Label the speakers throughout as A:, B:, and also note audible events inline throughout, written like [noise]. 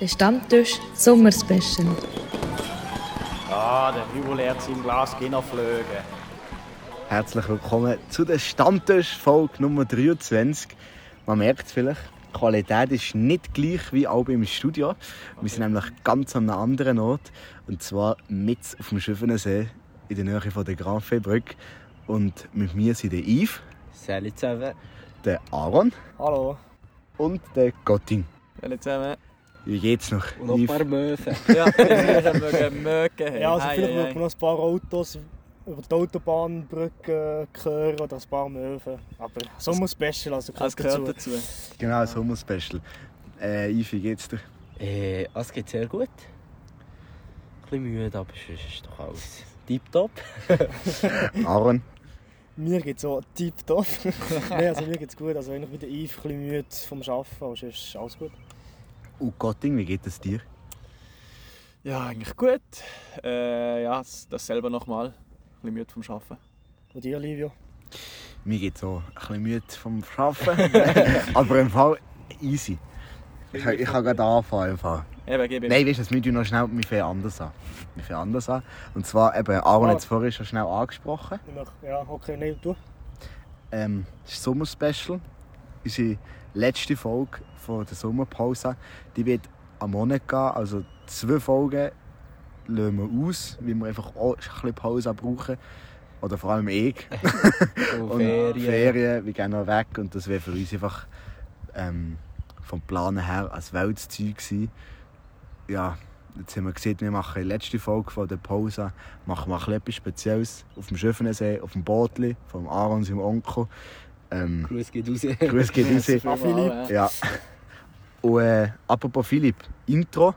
A: Der Stammtisch Sommerspecial.
B: Ah, der Brühl leert sein Glas Ginnerflöge.
C: Herzlich willkommen zu der Stammtisch-Folge Nummer 23. Man merkt es vielleicht, die Qualität ist nicht gleich wie auch im Studio. Wir sind nämlich ganz an einem anderen Ort. Und zwar mit auf dem Schiffenensee in der Nähe von der Grand Brücke. Und mit mir sind der Yves,
D: Salut zusammen.
C: der Aaron
B: Hallo.
C: und der Gottin.
E: Hallo zusammen.
C: Wie geht's noch?
D: Und noch ein paar Möwen.
E: Ja, wir mögen mögen.
F: Ja, also vielleicht wird man noch ein paar Autos über die Autobahnbrücke hören oder ein paar Möwen. Aber Sommer-Special, also gehört
E: Es gehört
F: dazu.
E: dazu.
C: Genau, Sommer-Special. Äh, Yves, wie geht's dir?
D: Äh, es geht sehr gut. Ein bisschen müde, aber sonst ist doch alles tiptop.
C: Aaron?
F: Mir geht es auch
E: [laughs]
F: tiptop. Nein, also mir geht es gut. Also eigentlich wieder ein bisschen müde vom Arbeiten, aber sonst ist alles gut.
C: Und Gottin, wie geht es dir?
E: Ja, eigentlich gut. Äh, ja, das- dasselbe nochmal. Ein bisschen müde vom Arbeiten.
F: Und dir, Livio?
C: Mir geht's auch ein bisschen müde vom Arbeiten. [laughs] Aber im Fall easy. Ich, ich kann gerade anfangen. Im Fall.
E: Eben, gebe ich.
C: Nein, weißt du, das müssen wir noch schnell wir fangen anders an. Wir fangen anders an. Und zwar, eben, Aaron hat es vorhin schon schnell angesprochen.
F: Ich mach- Ja, okay, nein, du?
C: Ähm, das ist Sommerspecial. Unsere letzte Folge von der Sommerpause. Die wird am Monat gehen. Also zwei Folgen lassen wir aus, weil wir einfach auch ein bisschen Pause brauchen. Oder vor allem ich.
D: Und
C: Und
D: Ferien.
C: Ferien, wir gehen noch weg und das wäre für uns einfach ähm, vom Planen her als Weltzeug gewesen. Ja, jetzt haben wir gesehen, wir machen die letzte Folge von der Pause, machen wir ein bisschen etwas Spezielles auf dem Schiffenensee, auf dem Bootli, vom Aaron, seinem Onkel. Ähm,
D: Gruß geht raus.
C: [laughs] Grüß geht raus.
F: Ah, Philipp.
C: Ja. Und äh, apropos Philipp, Intro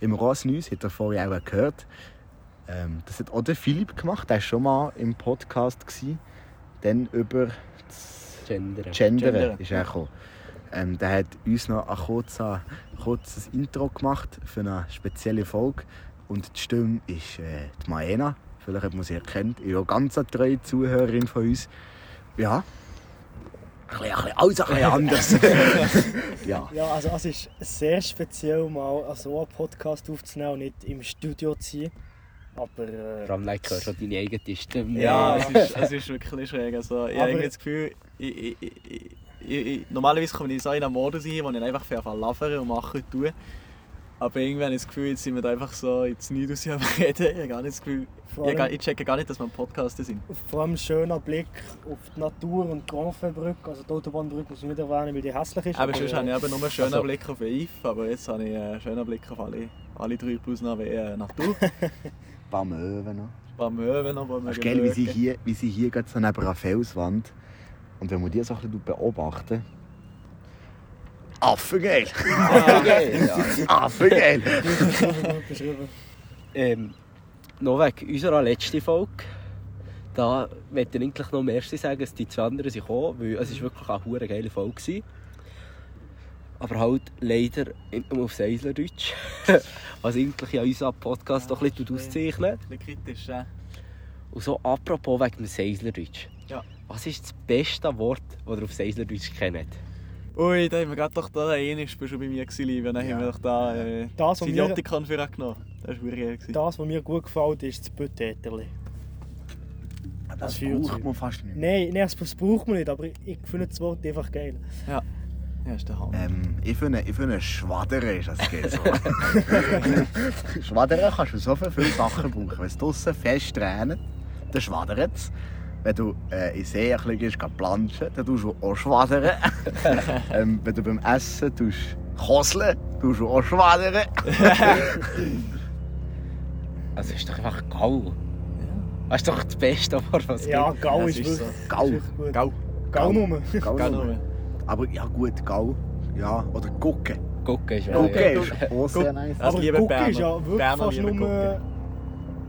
C: im Ross News, hat er vorher auch gehört. Ähm, das hat auch der Philipp gemacht, der war schon mal im Podcast. Gewesen. Dann über das
D: Gender.
C: Gendern,
E: Gendern.
C: ist er gekommen. Ähm, der hat uns noch ein kurzer, kurzes Intro gemacht für eine spezielle Folge. Und die Stimme ist äh, die Maena. Vielleicht hat man sie erkannt. Ja, ganz eine treue Zuhörerin von uns. Ja. Ein bisschen, ein bisschen, alles ein bisschen anders. ja.
F: Ja, also es ist sehr speziell, mal so einen Podcast aufzunehmen und nicht im Studio zu sein. Aber... Äh,
D: Vor allem nicht gehört schon deine eigene Stimme.
E: Ja, es ist, es ist wirklich schräg. Also, ich
F: Aber-
E: habe irgendwie das Gefühl, ich, ich, ich, ich, ich, normalerweise komme ich in so in einen Modus rein, wo ich einfach viel labern und machen und tun. Aber irgendwann habe ich das Gefühl, jetzt sind wir da einfach so ins Nichts raus am Reden. Ich habe gar nicht das Gefühl,
F: vor
E: ich,
F: allem-
E: gar- ich checke gar nicht, dass wir ein Podcaster sind.
F: Vor allem ein schöner Blick auf die Natur und die Granfenbrücke, also die Autobahnbrücke muss ich nicht erwähnen, weil die hässlich ist.
E: Aber sonst habe ich eben nur einen schönen
D: Also-
E: Blick auf Yves, aber jetzt habe ich einen schönen Blick auf alle, alle drei plus noch äh, Natur. Ein
C: Ein paar Möwen noch.
E: paar Möwen, aber wir
C: Das ist geil, wie sie hier, wie sie hier gerade so neben einer Felswand. Und wenn man die so ein bisschen beobachten. Affengeil! Affengeil!
F: Gut beschrieben.
D: Ähm, noch wegen unserer letzten Folge. Da möchte ich eigentlich noch am ersten sagen, dass die zwei anderen sind gekommen, weil es ist wirklich eine hure geile Folge gewesen. Aber halt leider nicht nur aufs Eislerdeutsch. [laughs] Was eigentlich ja unseren Podcast doch ein bisschen auszeichnet.
E: Ein bisschen kritisch, äh.
D: Und so apropos wegen dem Seislerdeutsch.
E: Ja.
D: Was ist das beste Wort, das ihr auf Seislerdeutsch kennt?
E: Ui, da haben wir gerade doch da einen, bist du schon bei mir gewesen, Livia, dann haben wir doch da äh,
F: Das, was
E: das
F: wir-
E: Idiotikon für genommen. Das war wirklich geil. gewesen.
F: Das, was mir gut gefällt, ist das Bötäterli.
C: Das
F: fühlt
C: braucht
F: sich-
C: man fast nicht mehr.
F: Nein, nein, das das braucht man nicht, aber ich, ich finde das Wort einfach geil.
E: Ja, ist der Hammer.
C: Ähm, ich finde, ich finde Schwadere ist das geht so.
D: [laughs]
C: Schwadere kannst du so für viele Sachen brauchen. Wenn es draussen fest regnet, dann schwadert es. Wenn du äh, in den See ein bisschen gehst, gehst planschen, dann tust du auch
D: [laughs]
C: schwadere. ähm, wenn du beim Essen tust koseln, tust du auch schwadere.
D: Also ist doch einfach Gaul. Das ist doch das beste Wort, was es
F: Ja,
D: gibt.
F: Gau ist
E: das ist
F: wirklich
E: so.
C: Gau.
F: wirklich gut.
E: Gau.
F: Gau nur.
C: Gau.
E: Gell,
C: nur.
E: nur.
C: Aber Ah, ja gut, Gau. Ja, oder Gucke.
D: Gucken ist
C: Gucke
D: ja.
C: ist auch sehr nice.
F: [laughs]
E: Also
F: Aber
E: lieber
F: Gucke
E: Berner.
F: ist ja wirklich
E: Berner
F: fast
E: lieber
F: nur äh,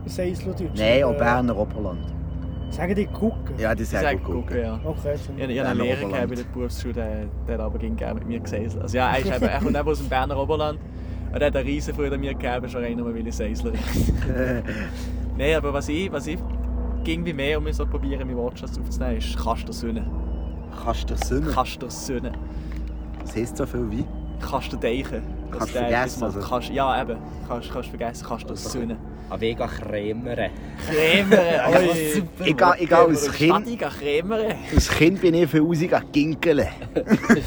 F: Seislerdeutsch.
C: Nein, auch
F: Äh,
C: Berner Oberland.
F: Sagen die Gucke?
C: Ja, die
E: Ich
C: sagen
E: sage
C: auch Gucke.
E: gucken, ja.
F: Okay, so.
E: Ich, ich hatte einen
C: Berner
E: Lehrer
C: Oberland.
E: gehabt bei der Berufsschule, der, der hat aber ging gerne mit mir gesäselt. Also ja, er, ist eben, er kommt eben aus dem Berner Oberland und er hat einen riesen Freude an mir gegeben, schon rein nur weil ich Seisler
C: [laughs]
E: Nein, aber was ich, was ich ging wie mehr, um mich so probieren, meinen Wortschatz aufzunehmen, ist «Kannst du söhnen?»
C: Kannst du dir Sünden?
E: «Kannst du söhnen?»
C: Das heisst so viel wie.
E: «Kannst du deichen?»
C: Kannst
E: der
C: vergessen,
E: etwas-
C: also.
E: kannst, ja, eben. Kannst, kannst vergessen, kannst das söhnen.
D: An Vega Kremeren.
E: Cremere, oi.
C: Ich gehe ich gehe als,
E: Durch die Stadt
C: kind,
E: gehen, Cremere.
C: als Kind bin ich für raus, ich gehe ginkeln.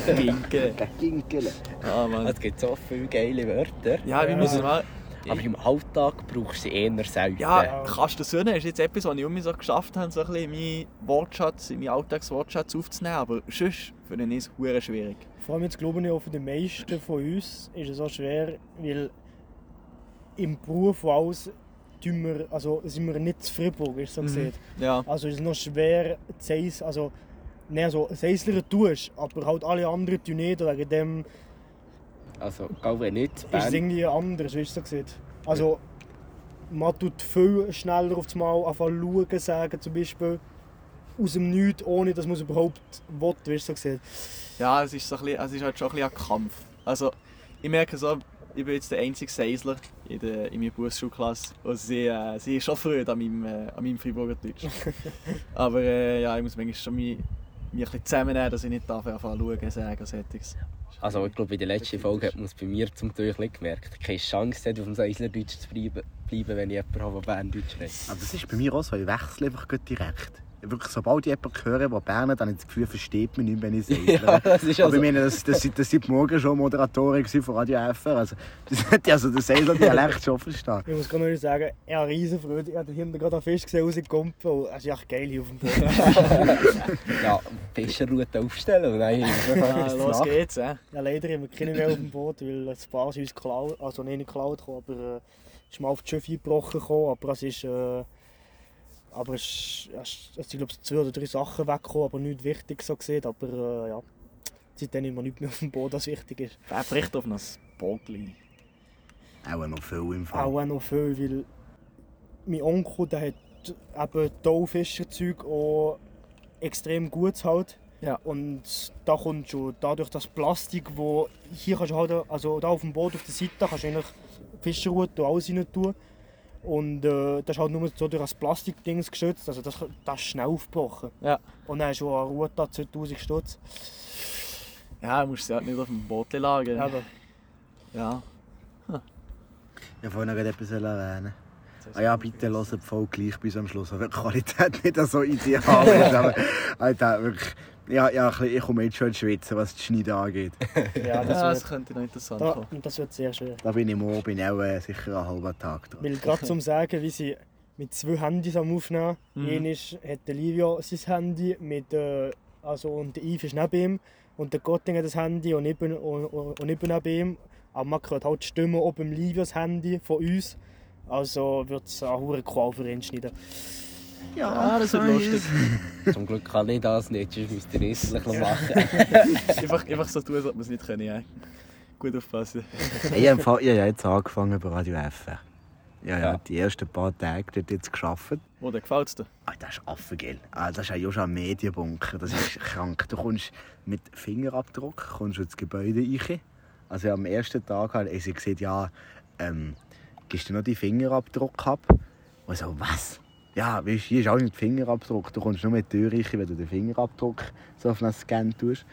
E: Ginken.
C: Geh ginkeln.
E: Ah, Mann.
D: Es gibt so viele geile Wörter.
E: Ja, wir müssen mal...
D: Aber im Alltag brauchst du sie eher selten.
E: Ja, kannst du söhnen, ist jetzt etwas, was ich um so geschafft habe, so ein bisschen in meinen Wortschatz, in meinen Alltagswortschatz aufzunehmen, aber sonst für den ist es hure schwierig.
F: Vor allem jetzt glaube ich auch für die meisten von uns ist es auch schwer, weil im Beruf und alles tun wir, also sind wir nicht zu Fribourg, ist so gesehen.
E: Ja.
F: Also ist es noch schwer, zu Eis, also nein, also das Eisler tust, aber halt alle anderen tun nicht, und wegen dem
D: Also, auch wenn nicht,
F: ist es
D: Bern,
F: irgendwie anders, weißt du, so gesehen. Also man tut viel schneller auf das Mal anfangen schauen, sagen zum Beispiel, aus dem Nichts, ohne dass man es überhaupt will, weißt du, so gesehen.
E: Ja, es ist, so ein bisschen, es ist halt schon ein, bisschen ein Kampf. Also, ich merke so, ich bin jetzt der einzige Seisler in, der, in meiner Berufsschulklasse. Und sie, äh, sie ist schon früh an meinem, äh, an meinem Freiburger [laughs] Deutsch. Aber äh, ja, ich muss manchmal schon mich, mich ein bisschen zusammennehmen, dass ich nicht darf anfangen schauen, sagen, solches.
D: also ich glaube, in der letzten Folge hat man es bei mir zum Teil ein bisschen gemerkt. Keine Chance, hat, auf dem Seislerdeutsch zu bleiben, bleiben, wenn ich jemanden habe, der Berndeutsch redet.
C: Aber das ist bei mir auch so, ich wechsle einfach gleich direkt. Wirklich, sobald ich jemanden höre, der Berner, dann habe ich das Gefühl, versteht mich nicht, wenn ich es
D: [laughs] [laughs] Ja, das ist
C: Aber
D: also...
C: ich meine, das, das, sind- das sind morgen schon Moderatoren gewesen von Radio FR. Also, das hätte ich also den Seisler Dialekt schon verstanden.
F: Ich muss gerade noch sagen, ich habe riesen Freude. Ich habe hinten gerade einen Fisch gesehen, rausgekommen. und Es ist echt geil hier auf dem Boden.
E: [laughs]
D: Ja, Fischerroute aufstellen und
E: [laughs]
D: dann...
E: Ah, los geht's, äh.
F: ja, leider haben wir keine mehr auf dem Boot, weil ein paar sind uns geklaut, also nicht geklaut, gekommen, aber äh, ist mal auf die Schiffe eingebrochen. gekommen, Aber es ist... Äh, aber es, es, es sind glaube ich zwei oder drei Sachen weggekommen, aber nichts wichtig so gesehen. Aber äh, ja, seitdem haben wir nichts mehr auf dem Boot, das wichtig ist.
E: Wer bricht auf ein Bootlein?
C: Auch noch viel im Fall.
F: Auch noch viel, weil mein Onkel der hat eben Taufischerzeug auch extrem gut halt.
E: Ja.
F: Und da kommt schon dadurch das Plastik, wo hier kannst du halt, also da auf dem Boot auf der Seite kannst du eigentlich Fischerrute und alles rein tun. Und äh, das ist halt nur so durch das Plastikdings geschützt, also das, das ist schnell aufgebrochen.
E: Ja.
F: Und dann hast du eine Route an 2000 Stutz.
E: Ja, du musst sie halt nicht auf dem Boot lagern.
F: Eben.
E: Ja.
C: Ich wollte vorhin noch gerade etwas erwähnen. Ah ja, bitte hört die Folge gleich bis am Schluss. Auch wenn die Qualität nicht so ideal
E: [laughs]
C: ist. Aber Alter, wirklich. Ja, ja, ein bisschen- ich komme jetzt schon in die Schweiz, was das Schneiden angeht.
F: Ja,
E: Das,
F: das wird,
E: könnte noch interessant
F: da,
E: kommen.
F: und das wird sehr schwer.
C: Da bin ich morgen bin ich auch äh, sicher einen halben Tag dran.
F: Weil gerade zum Sagen, wie sie mit zwei Handys am Aufnehmen. Mhm. Eines hat der Livio sein Handy mit, äh, also, und der Yves ist neben ihm. Und der Gotting hat das Handy und ich bin, und, und, und ich bin neben ihm. Aber man hört halt die Stimme ob im Livios Handy von uns. Also wird es eine hohe Qual für ihn schneiden.
E: Ah, das wird lustig.
D: Zum Glück kann ich das nicht, sonst müsst ihr es ein bisschen machen.
E: einfach, einfach so tun, als ob wir es nicht können. Ja. Gut aufpassen. [laughs]
C: Ich habe im Fall- ich habe ja jetzt angefangen bei Radio FR. Ja, ja,
D: Ja.
C: die ersten paar Tage dort jetzt gearbeitet.
E: Wo der gefällt dir?
C: Ah, das ist affengeil. Ah, das ist ein Joscha Medienbunker. Das ist krank. Du kommst mit Fingerabdruck kommst du ins Gebäude rein. Also am ersten Tag habe ich gesagt, ja, ähm, gibst du noch die Fingerabdruck ab? Und ich so, was? Ja, weißt, hier ist auch nicht Fingerabdruck. Du kommst nur mit die Tür rein, wenn du den Fingerabdruck so auf einen Scan tust.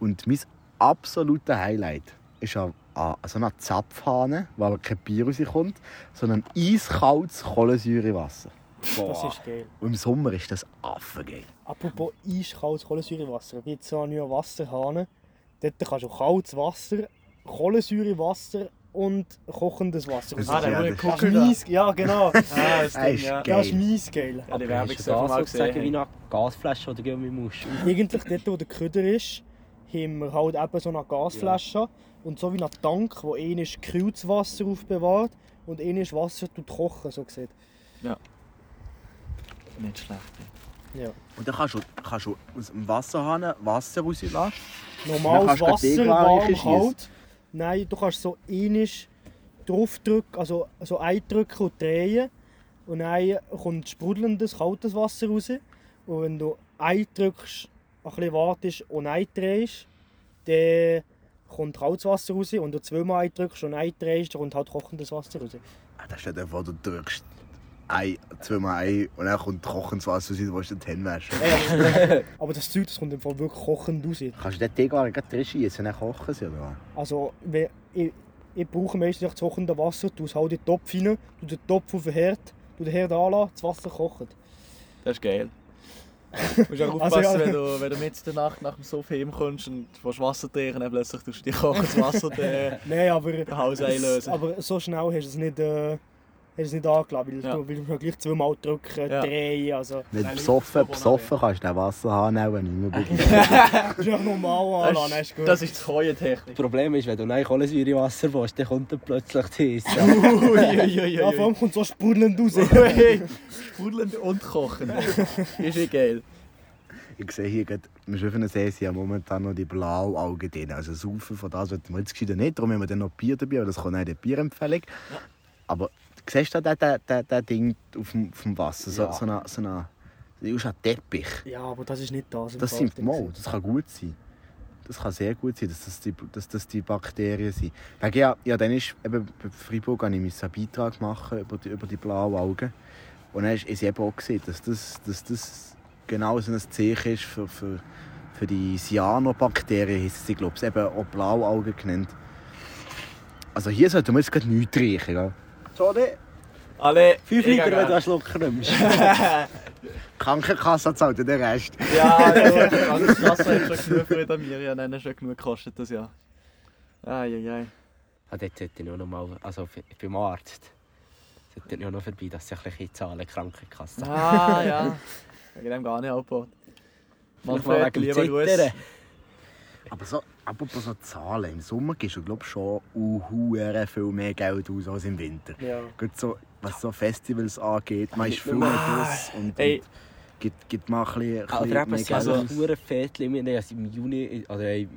C: Und mein absolutes Highlight ist an, an so einer Zapfhahn, wo aber kein Bier rauskommt, sondern eiskaltes Kohlensäurewasser.
F: Das ist geil.
C: Und im Sommer ist das affengeil.
F: Apropos eiskaltes Kohlensäurewasser. Wie so einen neuen Wasserhahn. Dort kannst du kaltes Wasser, Kohlensäurewasser und kochendes Wasser.
C: Das
E: Ah, der
C: Ja,
E: hohe
C: das-
F: Das
E: Kucker
F: ist
E: da.
F: mies, ja genau. [laughs]
E: Ah,
C: Das
E: das Ding,
C: ist
E: ja.
F: Das ist
C: geil.
F: mies geil.
E: Ja, die
D: Aber
E: Werbung
D: hast du
E: soll man
D: das
E: mal
D: sozusagen wie
E: gesehen.
D: eine Gasflasche, die du gehen musst.
F: Eigentlich dort, wo der Köder ist, haben wir halt eben so eine Gasflasche und so wie einen Tank, wo einer gekühltes Wasser aufbewahrt und einer Wasser tut kochen, so gesehen.
E: haben. Nicht schlecht.
F: Ja.
C: Und dann kannst du, kannst du aus dem Wasserhahn Wasser rauslassen. Dann
F: Normales
C: kannst du eh den Degel
F: Wasser, warm,
C: reinschiessen.
F: kalt. Nein, du kannst so einer draufdrücken, also so eindrücken und drehen und dann kommt sprudelndes, kaltes Wasser raus. Und wenn du eindrückst, ein bisschen wartest und eindrehst, dann kommt kaltes Wasser raus. Und wenn du zweimal eindrückst und eindrehst, dann kommt halt kochendes Wasser raus.
C: Ah, Das steht einfach, du drückst ein, zweimal ein und dann kommt kochendes Wasser raus, wo du die Hände wäschst.
F: Aber das Zeug das kommt im Fall wirklich kochend raus.
C: Kannst du den Teegarten gleich reinschießen und dann kochen sie, oder was?
F: Also, wenn, ich, Ich brauche meistens das kochende Wasser, tu es halt in den Topf rein, tu den Topf auf den Herd, tu den Herd anlassen, das Wasser kocht.
E: Das ist geil. Du
F: [laughs]
E: musst auch aufpassen,
F: Also, ja.
E: wenn, du, wenn du mitten in der Nacht nach dem Sofa heimkommst und willst Wasser trinken, dann plötzlich tust du dir
F: [laughs]
E: kochendes Wasser den
F: Nein,
E: [laughs]
F: aber...
E: den Hals einlösen.
F: Aber so schnell hast du es nicht, äh, hast du es nicht angelassen, weil,
E: Ja.
F: du, weil du musst ja gleich zweimal drücken,
E: Ja.
F: drehen, also...
C: Nicht besoffen, besoffen kannst du den Wasserhahn auch nicht mehr
E: [laughs]
C: bedienen.
F: Das ist ja normal
E: Das
F: anlassen, das ist
E: ist,
F: gut.
E: das ist die treue
F: [laughs]
E: Technik.
D: Das Problem ist, wenn du nein Kohlensäurewasser willst, dann kommt dann plötzlich die Hitze.
E: [laughs]
F: ja, vor allem kommt so sprudelnd raus.
E: Hey, Sprudeln und
F: [laughs]
E: kochen. Ist ja geil.
C: Ich sehe hier gerade, im Schöffenensee sind ja momentan noch die Blauaugen drin. Also saufen von das wird man jetzt gescheiter nicht. Darum haben wir dann noch Bier dabei, weil das kommt auch in der Bierempfehlung. Aber siehst du da den, den, den Ding auf dem, auf dem Wasser? So, so eine, so eine, das ist ein Teppich.
F: Ja, aber das ist nicht das. im
C: Das sind
F: Fall, Ding.
C: Mal, das kann gut sein. Das kann sehr gut sein, dass das die, dass das die Bakterien sind. Weil ja, ja, dann ist eben bei Freiburg habe ich müssen einen Beitrag machen über die, über die blauen Augen. Und dann ist ist eben auch gesehen, dass das, dass das genau so ein Zeichen ist für, für, für die Cyanobakterien, heissen sie, glaube ich, eben auch Blauaugen genannt. Also hier sollten wir jetzt gerade nichts riechen. Gell? Sorry.
E: Alle,
D: Fünf
E: ich
D: Liter, wenn du
E: gehe gerne.
D: einen Schluck nimmst.
E: [laughs]
C: Krankenkasse zahlt den Rest.
E: Ja, ja,
F: [laughs]
E: das Wasser hat schon genug für den Miriam, dann hat schon genug gekostet das Jahr. Eieiei.
D: Ah, dort sollte ich auch noch mal, also f- beim Arzt, sollte ich auch noch vorbei, dass ich ein bisschen zahlen, Krankenkasse.
E: Ah, ja. Wegen dem gar nicht abgebaut. Manchmal lieber Grüße.
D: Zittern.
C: Aber so, apropos so Zahlen, im Sommer gibst du glaub, schon uhuere viel mehr Geld aus als im Winter.
F: Ja.
C: Gut, so, was so Festivals angeht, man ist viel mehr draus und,
E: Ey.
C: und gibt, gibt mal ein bisschen, ein
D: Aber
C: bisschen
D: eben,
C: mehr
D: es
C: Geld
D: Ah, sind so
C: aus.
D: hure Fädchen, wir haben es im Juni, also im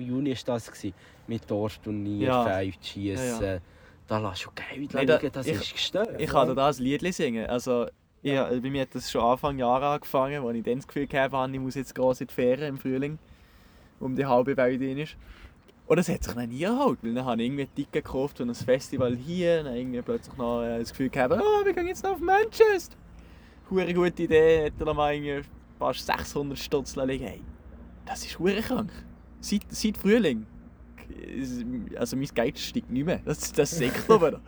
D: Juni war das, gewesen, mit Dorfturnier,
E: Ja.
D: ja. Feld, Schiessen,
E: Ja,
D: da lässt du Geld
E: Nein,
D: liegen,
E: da-
D: das
E: ich-
D: ist gestört.
E: Ich kann dir da ein Lied singen. Also, ja. bei mir hat das schon Anfang Jahre angefangen, als ich dann das Gefühl gehabt habe, ich muss jetzt groß in die Ferien im Frühling, um die halbe Welt rein ist. Und das hat sich dann nie erholt, weil dann habe ich irgendwie ein Ticket gekauft und ein Festival hier, dann irgendwie plötzlich noch äh, das Gefühl gehabt, oh, wir gehen jetzt noch auf Manchester. Hure gute Idee, hätte dann mal irgendwie fast 600 Stutz liegen. Hey, das ist hure krank. Seit, seit Frühling. Also mein Geld steigt nicht mehr. Das, das sinkt aber.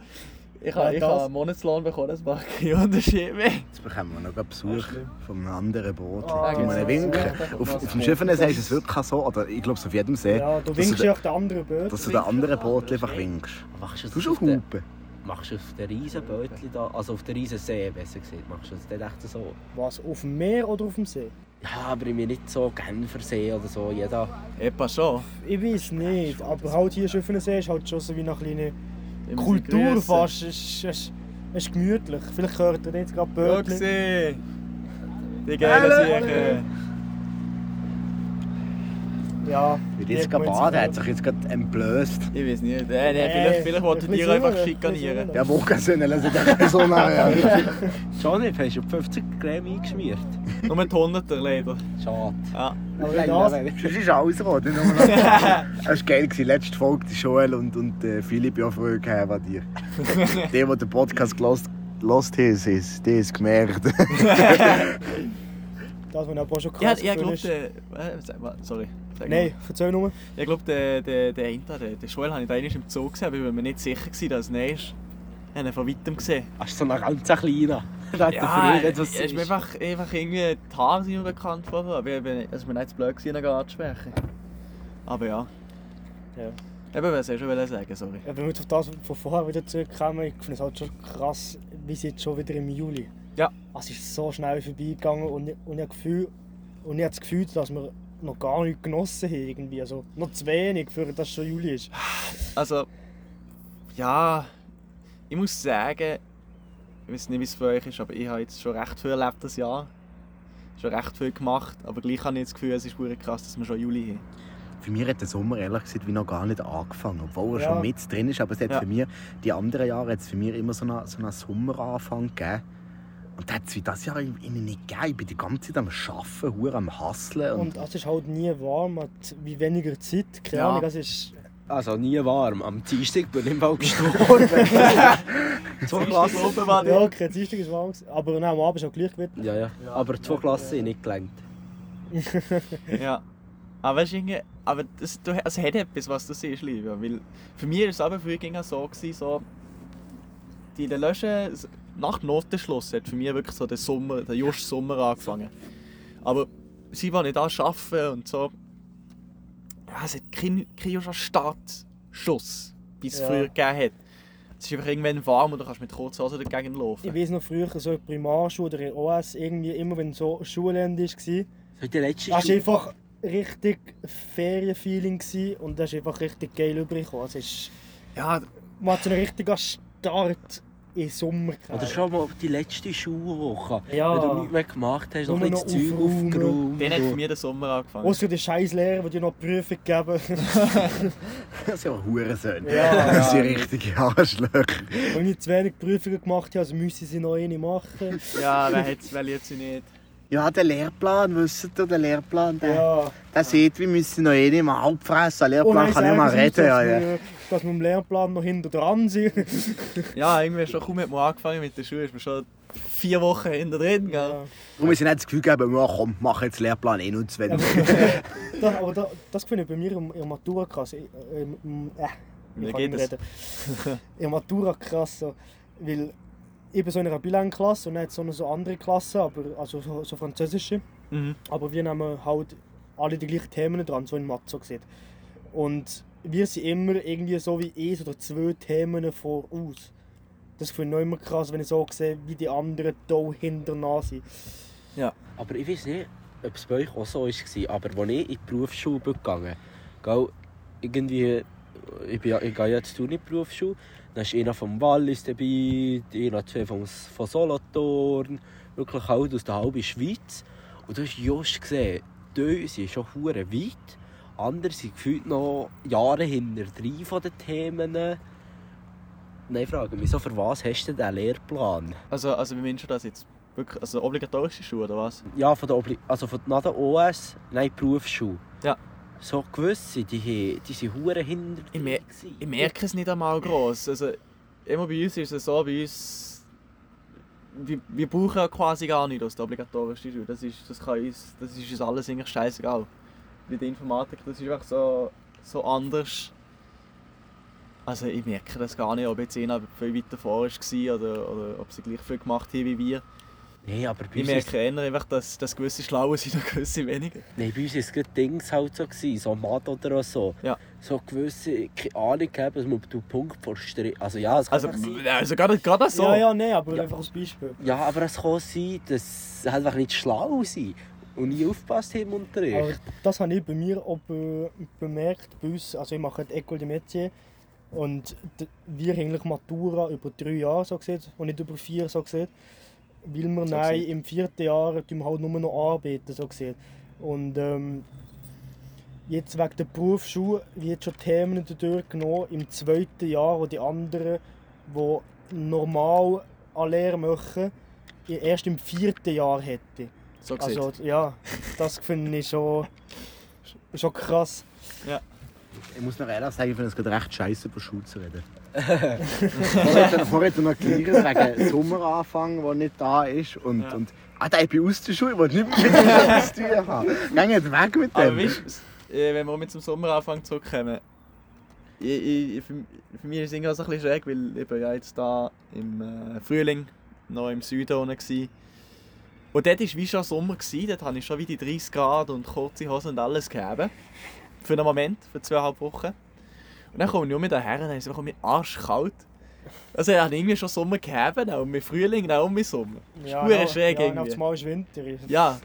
E: Ich
F: Ja,
E: habe ich
F: das-
E: habe einen Monatslohn bekommen, das macht keinen Unterschied mehr.
C: Jetzt bekommen wir noch gerade Besuch von einem anderen Boot.
E: da
F: Ah,
C: Oh,
E: gibt's
C: mal
E: noch
C: winken.
E: Besuch.
C: Auf, auf dem Schiffensee ist es wirklich so, oder ich glaube es auf jedem See,
F: ja, du
C: dass
F: winkst
C: du-
F: ja auch den anderen Böden.
C: dass du den anderen Boot einfach winkst.
D: Machst du
C: Du
D: das
C: hast
D: auf
C: auch
D: den,
C: Hupen.
D: machst du auf den Riesenbötchen da, also auf den Riesensee, besser gesagt, machst du das dann echt so.
F: Was, auf dem Meer oder auf dem See?
D: Ja, aber ich bin nicht so Genfersee oder so, jeder...
E: Epa schon.
F: Ich weiß nicht, aber halt hier Schöffenensee ist halt schon so wie eine kleine
E: Wir müssen
F: Kultur
E: grüssen.
F: fast. Es ist, es ist, es ist gemütlich. Vielleicht hört ihr jetzt gerade
E: Ja,
F: Böden.
E: gsi. Die geilen Sicher.
F: Ja,
C: Weil
F: die
C: jetzt
F: hat
C: gerade
F: man
C: baden, hat sich jetzt gerade entblößt.
E: Ich weiß nicht. Äh, nee,
F: Nee,
E: vielleicht vielleicht wollt ihr
F: ein bisschen
E: Tiere einfach
F: sauer, ein
E: schikanieren.
F: bisschen
C: Ja, wo kann sie lassen sich so
F: [laughs]
C: nachher.
D: Johnny, hast du 50 Gramm eingeschmiert?
E: Nur mit 100 leider.
D: Schade.
E: Ja.
F: Aber das,
C: Das ist alles rot. nicht nur noch- Das war geil. gewesen. Letzte Folge, die Joel und, und äh, Philipp ja früher gehabt an dir. Die, die den Podcast gelost gelost haben, sie es- die haben es gemerkt.
F: das, was aber auch schon
E: Ja,
F: krass
E: ich
F: gefühlt
E: glaube,
F: ist.
E: der. äh, sag mal, Sorry. Sag mal.
F: Nein, erzähl nur.
E: Ich glaube, der, der, der Inter, der, der Schwell, habe ich da einmal im Zoo gesehen, aber ich bin mir nicht sicher, gewesen, dass es ihn ist. Ich habe ihn von weitem gesehen.
D: Hast du so einen ganz [laughs] kleinen? Da hat er
E: Ja, er
D: früher etwas
E: ist mir einfach, einfach irgendwie die Haare sind mir bekannt vorher. Aber ich bin, es ist mir nicht zu blöd gewesen, ihn anzusprechen. Aber ja.
F: Ja.
E: Eben, was hast du schon sagen, sorry.
F: Ja, wenn wir jetzt auf das von vorher wieder zurückkommen, ich finde es halt schon krass, wie sind schon wieder im Juli.
E: Ja.
F: Es ist so schnell vorbeigegangen und, ich- und, ich habe Gefühl, und ich habe das Gefühl, dass wir noch gar nicht genossen haben. Irgendwie. Also, noch zu wenig, für dass es schon Juli ist.
E: Ah. Also, ja, ich muss sagen, ich weiß nicht, wie es für euch ist, aber ich habe jetzt schon recht viel erlebt das Jahr. Schon recht viel gemacht, aber gleich habe ich das Gefühl, es ist wirklich krass, dass wir schon Juli haben.
C: Für mich hat der Sommer ehrlich gesagt wie noch gar nicht angefangen, obwohl er
F: Ja.
C: schon mit drin ist. Aber es hat
E: Ja.
C: für mich, die anderen Jahre, hat es für mich immer so einen, so einen Sommeranfang gegeben. Und das hat es wie das Jahr ihnen nicht gegeben. Ich bin die ganze Zeit am Arbeiten, hure am Hasseln. Und,
F: Und es ist halt nie warm, hat wie weniger Zeit. Keine
E: Ja.
F: Ahnung, es ist.
D: Also nie warm. Am Dienstag bin ich im [laughs] Fall gestorben. zwei Glassen.
E: Oben war
F: Ja, kein Dienstag ist warm. gewesen, Aber nein, am Abend ist auch gleich wieder.
D: Ja, ja. Aber zwei Glassen sind nicht gelangt.
E: Ja. Aber, weißt, du, irgendwie- aber das, du, es hat etwas, was du siehst, lieber. Weil für mich war es aber früher immer so, gewesen, so die der Löschen, s- nach Notenschluss hat für mich wirklich so der Sommer, der Just Sommer angefangen. Aber sie war nicht da arbeiten und so. Ja, es hat keinen kein Startschuss, wie es
F: Ja.
E: früher gegeben hat. Es ist einfach irgendwann warm und du kannst mit kurzer Hose dagegen laufen.
F: Ich weiß noch früher, so in der Primarschule oder in der OS, irgendwie, immer wenn so Schulende war,
D: So in der letzten
F: das war
D: Stunde-
F: einfach richtig Ferienfeeling gewesen und das ist einfach richtig geil übergekommen. Also es ist,
E: Ja,
F: man hat so einen richtigen Start im Sommer gehabt.
D: Oder schon mal die letzte Schulwoche.
F: Ja.
D: Wenn du nichts mehr gemacht hast, noch
F: Nur
D: ein bisschen
F: noch
D: das Zeug
F: aufräumen.
D: aufgeräumt.
E: dann hat für mich der Sommer angefangen.
F: Ausser der scheiß Lehrer, die dir noch Prüfung geben.
C: [laughs]
F: [laughs]
C: Das sind aber Hurensöhne.
F: Ja.
C: Das sind richtige Arschlöcher.
F: Wenn ich zu wenig Prüfungen gemacht habe, also müssen sie noch eine machen.
E: Ja, wer hat es, wer liebt sie nicht?
C: Ja, der Lehrplan, wisst ihr, der Lehrplan, der,
F: Ja.
C: der sieht, wir müssen noch eh nicht mal abfressen.
E: Oh
C: Der Lehrplan kann nicht mal
F: sagen sie
C: reden.
F: uns,
C: Ja,
F: dass
C: ja.
F: wir- Dass wir im Lehrplan noch hinter dran sind.
E: Ja, irgendwie schon kaum hat man angefangen mit der Schule, ist man schon vier Wochen hinter drin gegangen.
F: Ja.
C: Und wir sind nicht das Gefühl gegeben, ja, komm, mach jetzt Lehrplan 21.
F: Das, aber das, das finde ich bei mir in der Matura krass. Ich, ähm, ähm, äh,
E: Wie
F: ich kann
E: geht
F: nicht reden.
E: [laughs]
F: In der Matura krass. So, weil ich bin so in einer Bilan-Klasse und nicht so eine so andere Klasse, aber, also so, so französische.
E: Mhm.
F: Aber wir nehmen halt alle die gleichen Themen dran, so in Mathe so gesehen. Und wir sind immer irgendwie so wie eins oder zwei Themen voraus. Das finde ich immer krass, wenn ich so sehe, wie die anderen da hinterher sind.
D: Aber ich weiß nicht, ob es bei euch auch so war, aber als ich in die Berufsschule bin gegangen bin, irgendwie, ich, bin, ja- ich gehe ja jetzt in die Berufsschule, dann ist einer vom Wallis dabei, einer zwei vom, von Solothurn, wirklich halt aus der halben Schweiz. Und du hast just gesehen, die sind schon hure weit, andere sind gefühlt noch Jahre hinter drei von den Themen. Nein, ich frage mich so, für was hast du denn diesen Lehrplan?
E: Also, also wie meinst du das jetzt? Wirklich, also obligatorische Schule oder was?
D: Ja, von der Obli also von nach der OS, nein, die Berufsschule.
E: Ja.
D: So gewisse, die, he- die sind hure hinter
E: Ich mer-
D: gewesen.
E: Ich merke es nicht einmal gross. Also, immer bei uns ist es so, bei uns... Wir, wir brauchen ja quasi gar nicht aus der obligatorischen Schule. Das ist, das kann uns, das ist uns alles eigentlich scheißegal. Wie die Informatik, das ist einfach so, so anders. Also ich merke das gar nicht, ob jetzt einer viel weiter vor war oder, oder ob sie gleich viel gemacht haben wie wir.
D: Nein, aber bei
E: Ich
D: uns, ist,
E: merke eher einfach, dass, dass gewisse schlauer sind und gewisse weniger.
D: nein, bei uns ist es gerade Dings halt so gewesen, so Mathe oder so.
E: Ja.
D: So gewisse, keine Ahnung haben, dass man den Punkt vor Strich... Also ja, es kann
E: Also,
D: auch sein,
E: also gerade, gerade so.
F: Ja, ja, nein, aber einfach als Beispiel.
D: ja, aber es kann auch sein, dass sie einfach nicht schlau sind und nie aufgepasst haben im Unterricht.
F: Aber das habe ich bei mir auch be bemerkt. Bei uns, also ich mache die École de Métier und d- wir haben eigentlich Matura über drei Jahre so gesehen und nicht über vier so gesehen, weil wir nein, im vierten Jahr tun wir halt nur noch arbeiten so gesehen. Und ähm, jetzt wegen der Berufsschule wird schon Themen dadurch genommen im zweiten Jahr, wo die anderen, die normal eine Lehre machen, erst im vierten Jahr hätten.
E: So gesehen.
F: Also, ja, das finde ich schon, schon krass.
C: Ich muss noch ehrlich sagen, ich finde es gerade recht scheiße, über Schuhe zu reden. vorher hat er- vorher hat er noch gelernt wegen Sommeranfang, der nicht da ist. Und,
E: Ja.
C: und ah, der ich bin aus der Schule, ich will nichts mit dem was zu tun haben. Geht weg mit
E: Aber
C: dem.
E: weißt, du, s- äh, wenn wir mit zum Sommeranfang zurückkommen, ich, ich, ich- für, für mich ist es irgendwie auch so ein bisschen schräg, weil ich bin ja jetzt da im äh, Frühling noch im Süden unten gsi. Und dort war wie schon Sommer, gewesen, dort hatte ich schon wie die 30 Grad und kurze Hosen und alles gegeben. Für einen Moment, für zweieinhalb Wochen. Und dann komme ich nur mit daher und dann ist es einfach mir arschkalt. Also ich habe irgendwie schon Sommer gegeben, auch mit Frühling, auch mit Sommer. Ja, ist schräg
F: ja,
E: irgendwie.
F: Mal ist Winter.
E: Ja,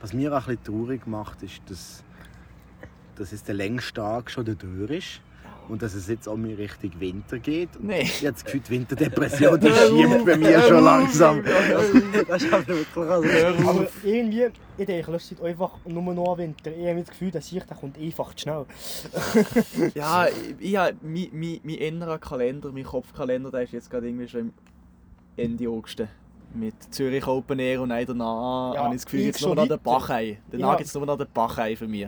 C: Was mir auch ein bisschen traurig macht, ist, dass, dass jetzt der längste Tag schon durch ist. Und dass es jetzt auch mir richtig Winter geht. Und
E: Nee.
C: Ich habe das Gefühl, die Winterdepression die schiebt bei mir
E: Ähm,
C: schon langsam.
E: [laughs] Äh,
C: Das ist aber wirklich also.
E: hör auf.
F: Aber irgendwie, ich denke, es ist einfach nur noch an Winter. Ich habe das Gefühl, der Sicht der kommt einfach zu schnell.
E: Ja, ich, ich hab- mein, mein, mein innerer Kalender, mein Kopfkalender, der ist jetzt gerade irgendwie schon im Ende August. Mit Zürich Open Air und dann danach
F: Ja,
E: habe ich das Gefühl,
F: ich
E: jetzt
F: schon
E: nur noch den
F: weiter.
E: Bachei. Danach
F: Ja.
E: gibt es nur noch den Bachei
F: [laughs]
E: für mich.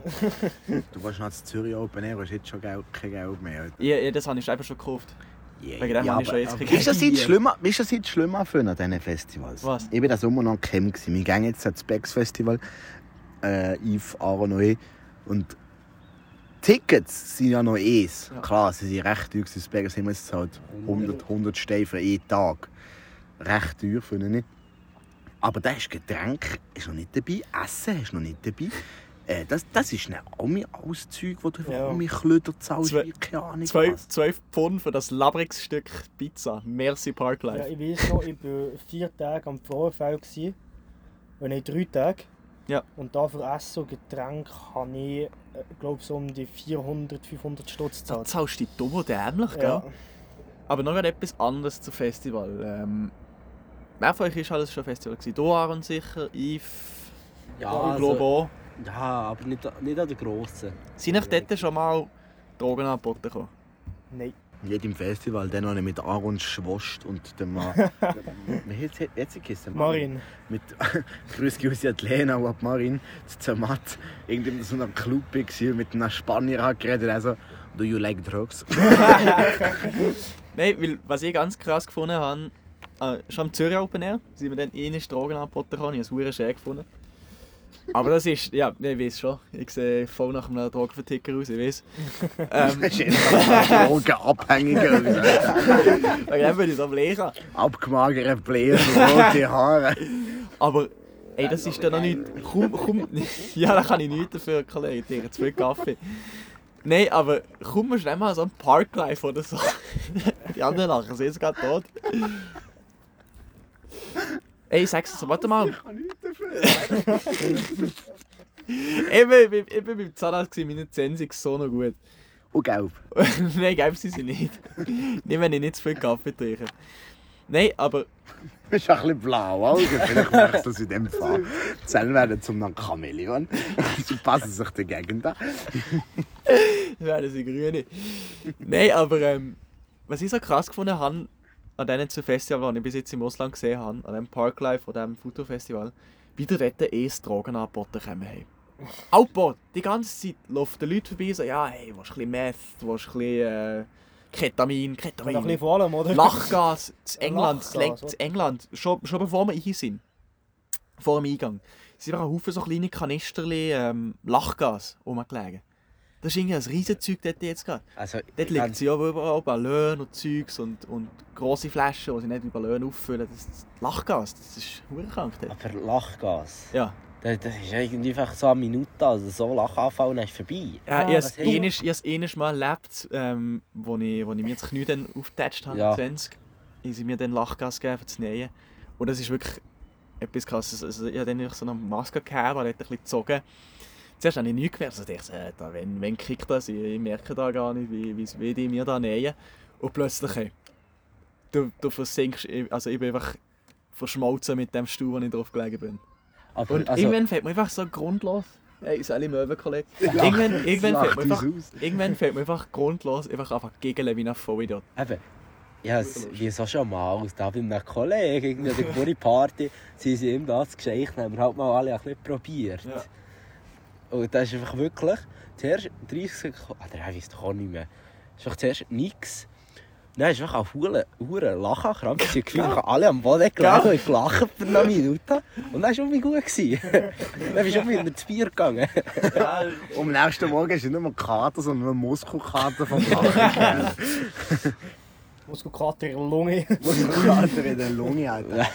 C: Du warst noch zu Zürich Open Air, hast jetzt schon Geld, kein Geld mehr. oder?
E: Ja, ja, das habe ich einfach schon gekauft.
C: Yeah.
E: Wegen dem habe ich schon jetzt gekriegt.
C: Ist das jetzt schlimmer, ist das jetzt schlimmer für an diesen Festivals?
E: Was?
C: Ich bin das immer noch Camp gewesen. Wir gehen jetzt ans Becks Festival. Äh, Yves Aronoe. Und Tickets sind ja noch eins. Klar, sie sind recht teuer. gewesen. In Bergen sind wir jetzt halt 100, 100 Steine für jeden Tag. Recht teuer, finde ich. Aber da ist Getränk ist noch nicht dabei, Essen ist noch nicht dabei. Äh, das, das ist eine Ami alles Zeug, wo du für
E: Ja.
C: Ami Klöder zahlst,
E: Zwei-
C: wie keine Ahnung. was.
E: 12, 12 Pfund für das labriges Stück Pizza. Merci
F: Ja,
E: Parklife.
F: ich weiß noch, ich war vier Tage am Vorfeld. gsi. Wenn nicht drei Tage.
E: Ja.
F: Und da für Essen und Getränk habe ich, glaube so um die 400, 500 Stutz
E: Da
F: gezahlt.
E: zahlst du dich dumm und dämlich, gell?
F: Ja.
E: Aber noch gerade etwas anderes zum Festival. Ähm, wer von euch war alles schon Festival? gewesen? Du, Aaron, sicher, Yves,
D: Ja, also,
F: also
E: ich glaube auch.
D: ja aber nicht, nicht an der grossen.
E: Sind euch dort schon mal Drogen angeboten gekommen?
F: Nein.
C: Nicht im Festival, dann noch nicht mit Aaron Schwost und dem
E: [laughs]
C: Mann. Wie hat sie- wie hat sie geheißen?
F: Marin,
C: Mit [laughs] Grüß Gott an die Lena und an die Marin, zu Zermatt. Irgendwie in so einem Club war mit einem Spanier hat geredet. Also, do you like drugs? [laughs]
E: Nein, weil was ich ganz krass gefunden habe, äh, schon am Zürich Open Air, sind wir dann eh eine Drogen angeboten gekommen, ich habe es schön gefunden. Aber das ist, ja, ich weiß schon, ich sehe voll nach einem Drogenverticker aus, ich weiß. Ähm,
C: Das ist einfach
E: [laughs]
C: Drogenabhängiger. wie gesagt.
E: wegen dem bin ich so am Lehren.
C: Abgemagerte Bläser, rote Haare.
E: Aber, ey, das ist dann noch nicht. Komm, [laughs] komm. ja, da kann ich nichts dafür, Kollege. Ich trinke zu viel Kaffee. Nein, aber komm mal schnell mal so ein Parklife oder so. [laughs] Die anderen lachen, sie sind gerade tot. Ey, sag's so, warte mal. Ich kann nichts dafür. [laughs] ich, bin, ich, bin- ich bin beim Zahnarzt, gewesen, meine Zähne sind so noch gut. [laughs]
C: Und gelb.
E: Nein, geben sie sie nicht. nicht, wenn ich nicht zu viel Kaffee trinke. Nein, aber
C: Das ist ein bisschen blau, Augen. Vielleicht merkst du das in dem Fall. Die Zellen werden zum einem Chamäleon. [laughs] Sie passen sich der Gegend an.
E: [laughs] Das wären sie Grüne. Nein, aber ähm, was ich so krass gefunden habe, an diesen zwei Festivals, die ich bis jetzt im Ausland gesehen habe, an dem Parklife oder dem Fotofestival, wieder dort es Drogen angeboten eh kommen haben. Outboard, die ganze Zeit laufen die Leute vorbei und sagen, ja, hey, willst du ein bisschen Meth, willst du ein bisschen äh, Ketamin,
F: noch ein bisschen
E: Ketamin,
F: vor allem, oder? [laughs]
E: Lachgas, zu England,
F: Lachgas,
E: zu Leng- zu England, schon, schon bevor wir hier sind, vor dem Eingang, sind einfach ein Haufen so kleine Kanisterli ähm, Lachgas rumgelegen. Das ist irgendwie ein Riesenzeug dort jetzt gerade.
D: Also,
E: Dort liegt sie aber überall Ballon und Zeugs und, und grosse Flaschen, die sie nicht mit Ballon auffüllen. Das ist Lachgas, das ist urkrank dort.
D: Aber Lachgas.
E: Ja,
D: Das, das ist irgendwie einfach so eine Minute, also so Lachanfall und dann ist vorbei.
E: ja ich
D: Ah, was hast du-
E: habe es einiges Mal erlebt, ähm, wo, ich, wo ich mir das Knie dann aufgetatscht habe,
D: Ja.
E: 20. Ich sie mir dann Lachgas gegeben, um zu nähen. Und das ist wirklich etwas krasses. Also, ich habe dann so eine Maske gehabt, die hat ein bisschen gezogen. Zuerst habe ich nichts gemerkt. Also, ich dachte, äh, da, wenn, wenn kriegt das? Ich, ich merke da gar nicht, wie, wie, wie die mir da nähen. Und plötzlich, ey, du, du versinkst, ich- also ich bin einfach verschmolzen mit dem Stuhl, wo ich drauf gelegen bin.
D: Aber
E: Und
D: also,
E: irgendwann fällt mir einfach so grundlos. Hey, Sally Möwe, Kollege. Irgendwann, irgendwann,
C: Lacht
E: fällt mir einfach,
C: uns
E: irgendwann fällt mir einfach grundlos einfach einfach gegen wie ein Vollidiot.
D: eben, ja, es- wie so schon mal, aus da bei einem Kollegen, irgendwie an der Guri Party, [laughs] sie sind ihm das geschenkt, haben wir halt mal alle ein bisschen probiert.
E: Ja.
D: Und das ist einfach wirklich, zuerst 30 Sekunden, oder ich weiß doch auch nicht mehr, ist doch zuerst nichts. Dann ist einfach ein Huren, Huren Lachen, Krampf. Sie haben alle am Boden gelegen und gelacht für eine Minute. Und dann war es irgendwie gut. gewesen. [laughs] dann bist du irgendwie in das Bier
E: [laughs]
D: gegangen.
C: Am nächsten Morgen ist nicht mehr Kater, sondern eine Muskelkater vom Lachen.
E: [laughs]
F: Muskelkater in der Lunge.
C: Muskelkater in der Lunge, Alter.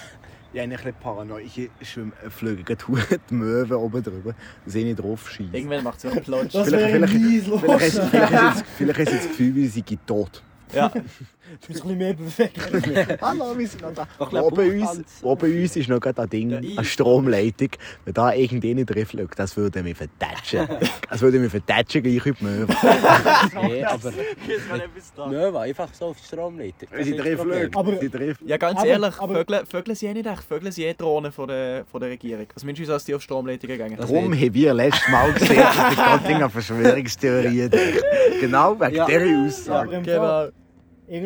C: Ich habe ein bisschen paranoische Schwimmflüge. Gerade hu- äh, die Möwe oben drüber. Sehe ich drauf schießen.
E: Irgendwann macht es einfach [laughs] Plotsch.
F: Das
C: Vielleicht-
F: wäre ein
C: vielleicht-
F: Lies, los.
C: Vielleicht hast
F: Muss
C: du vielleicht hast du das- vielleicht hast du das Gefühl, wir sind
E: [laughs]
C: tot.
E: Ja,
F: ein bisschen mehr bewegen.
C: Hallo, wir sind noch da.
D: Mach ein
C: Oben
D: bisschen
C: uns,
D: Bauchtanz.
C: oben uns ist noch gerade ein
E: Ja,
C: Ding,
E: ich-
C: eine Stromleitung. Wenn da irgendjemand drauf schaut, das würde mich
E: [laughs]
C: vertatschen. Das würde mich vertatschen, gleich wie die Möwe.
D: Nee, aber
E: jetzt kann etwas
G: Ah.
E: da.
D: Nö, einfach so auf die Stromleitung.
C: Wenn sie drauf schauen,
F: Aber-
C: sie drauf
E: Ja, ganz
F: Aber-
E: ehrlich,
F: aber-
E: Vögel, Vögel sind ja nicht echt, Vögel sind eh Drohnen von der, von der Regierung. Also mindestens als die auf Stromleitungen gehen.
D: Das-
C: Darum haben wir letztes Mal gesehen, dass die Gottinger Verschwörungstheorien denkt. Genau wegen
D: Ja.
C: dieser
F: Ja,
C: Aussage.
F: aber im Fall,
E: Genau.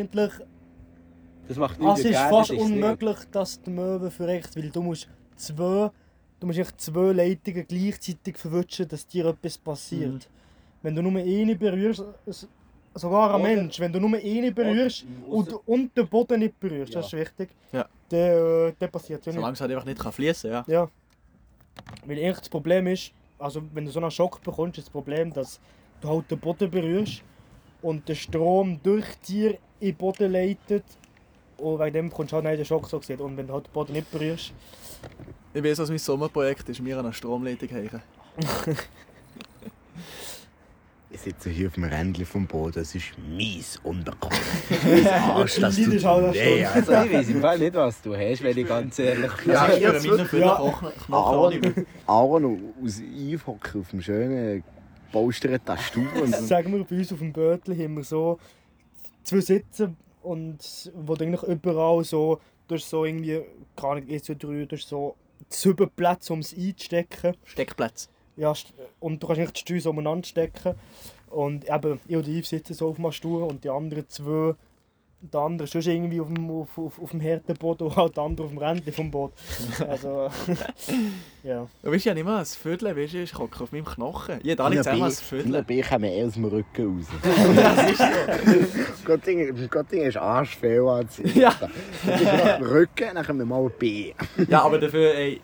F: eigentlich,
D: Das macht niemand
F: es ist
D: gerne,
F: fast
D: das nicht.
F: unmöglich, dass die Möwe verreckt, weil du musst zwei, du musst echt zwei Leitungen gleichzeitig verwischen, dass dir etwas passiert.
D: Mhm.
F: Wenn du nur eine berührst, s- sogar ein
D: Oder-
F: Mensch, wenn du nur eine berührst und,
D: Oder-
F: und den Boden nicht berührst, das ist
D: Ja.
F: wichtig,
E: Ja.
F: dann, äh, dann passiert ja nichts.
E: Solange es halt einfach nicht kann fließen kann, ja.
F: Ja. Weil eigentlich das Problem ist, also wenn du so einen Schock bekommst, ist das Problem, dass du halt den Boden berührst und der Strom durch dir in den Boden leitet. Und wegen dem kommst du halt nicht den Schock so gesehen. Und wenn du halt den Boden nicht berührst,
E: Ich weiß, was mein Sommerprojekt ist, mir an einer Stromleitung hängen.
C: Ich sitze hier auf dem Rändchen vom Boden, es ist mies unterkommen. Mein Arsch, das tut
F: Das ist auch das
C: weh.
D: Also, ich weiß im Fall nicht, was du hast, wenn ich ganz ehrlich bin.
C: Ja,
E: ich
C: jetzt
E: würde
F: ja.
E: Knochen
C: Aaron aus Einhocken auf dem schönen polsterten Stuhl. Und
F: Also sagen wir, bei uns auf dem Bötli haben wir so zwei Sitze und wo du eigentlich überall so, du hast so irgendwie, keine Ahnung, eh so drei, du hast so sieben Plätze, um es einzustecken.
E: Steckplatz.
F: Ja, st- und du kannst nicht die Steuer so umeinander stecken. Und eben, ich und Yves sitzen so auf dem Stuhl und die anderen zwei, der andere ist irgendwie auf dem, auf, auf, auf dem Herdenboot und auch der andere auf dem Rändchen vom Boot. Also, [laughs] ja.
E: Du weißt ja nicht mehr, ein Viertel weißt du, ich hocke auf meinem Knochen. Ich hätte
C: Ah,
E: alle zusammen ein
C: Kinder
E: Viertel.
C: B kommen eh aus dem Rücken raus. [laughs] Gott Ding Gott Ding ist Arschfehl anziehen.
E: Ja.
C: Rücken, dann kommen wir mal B.
E: ja, aber dafür, ey,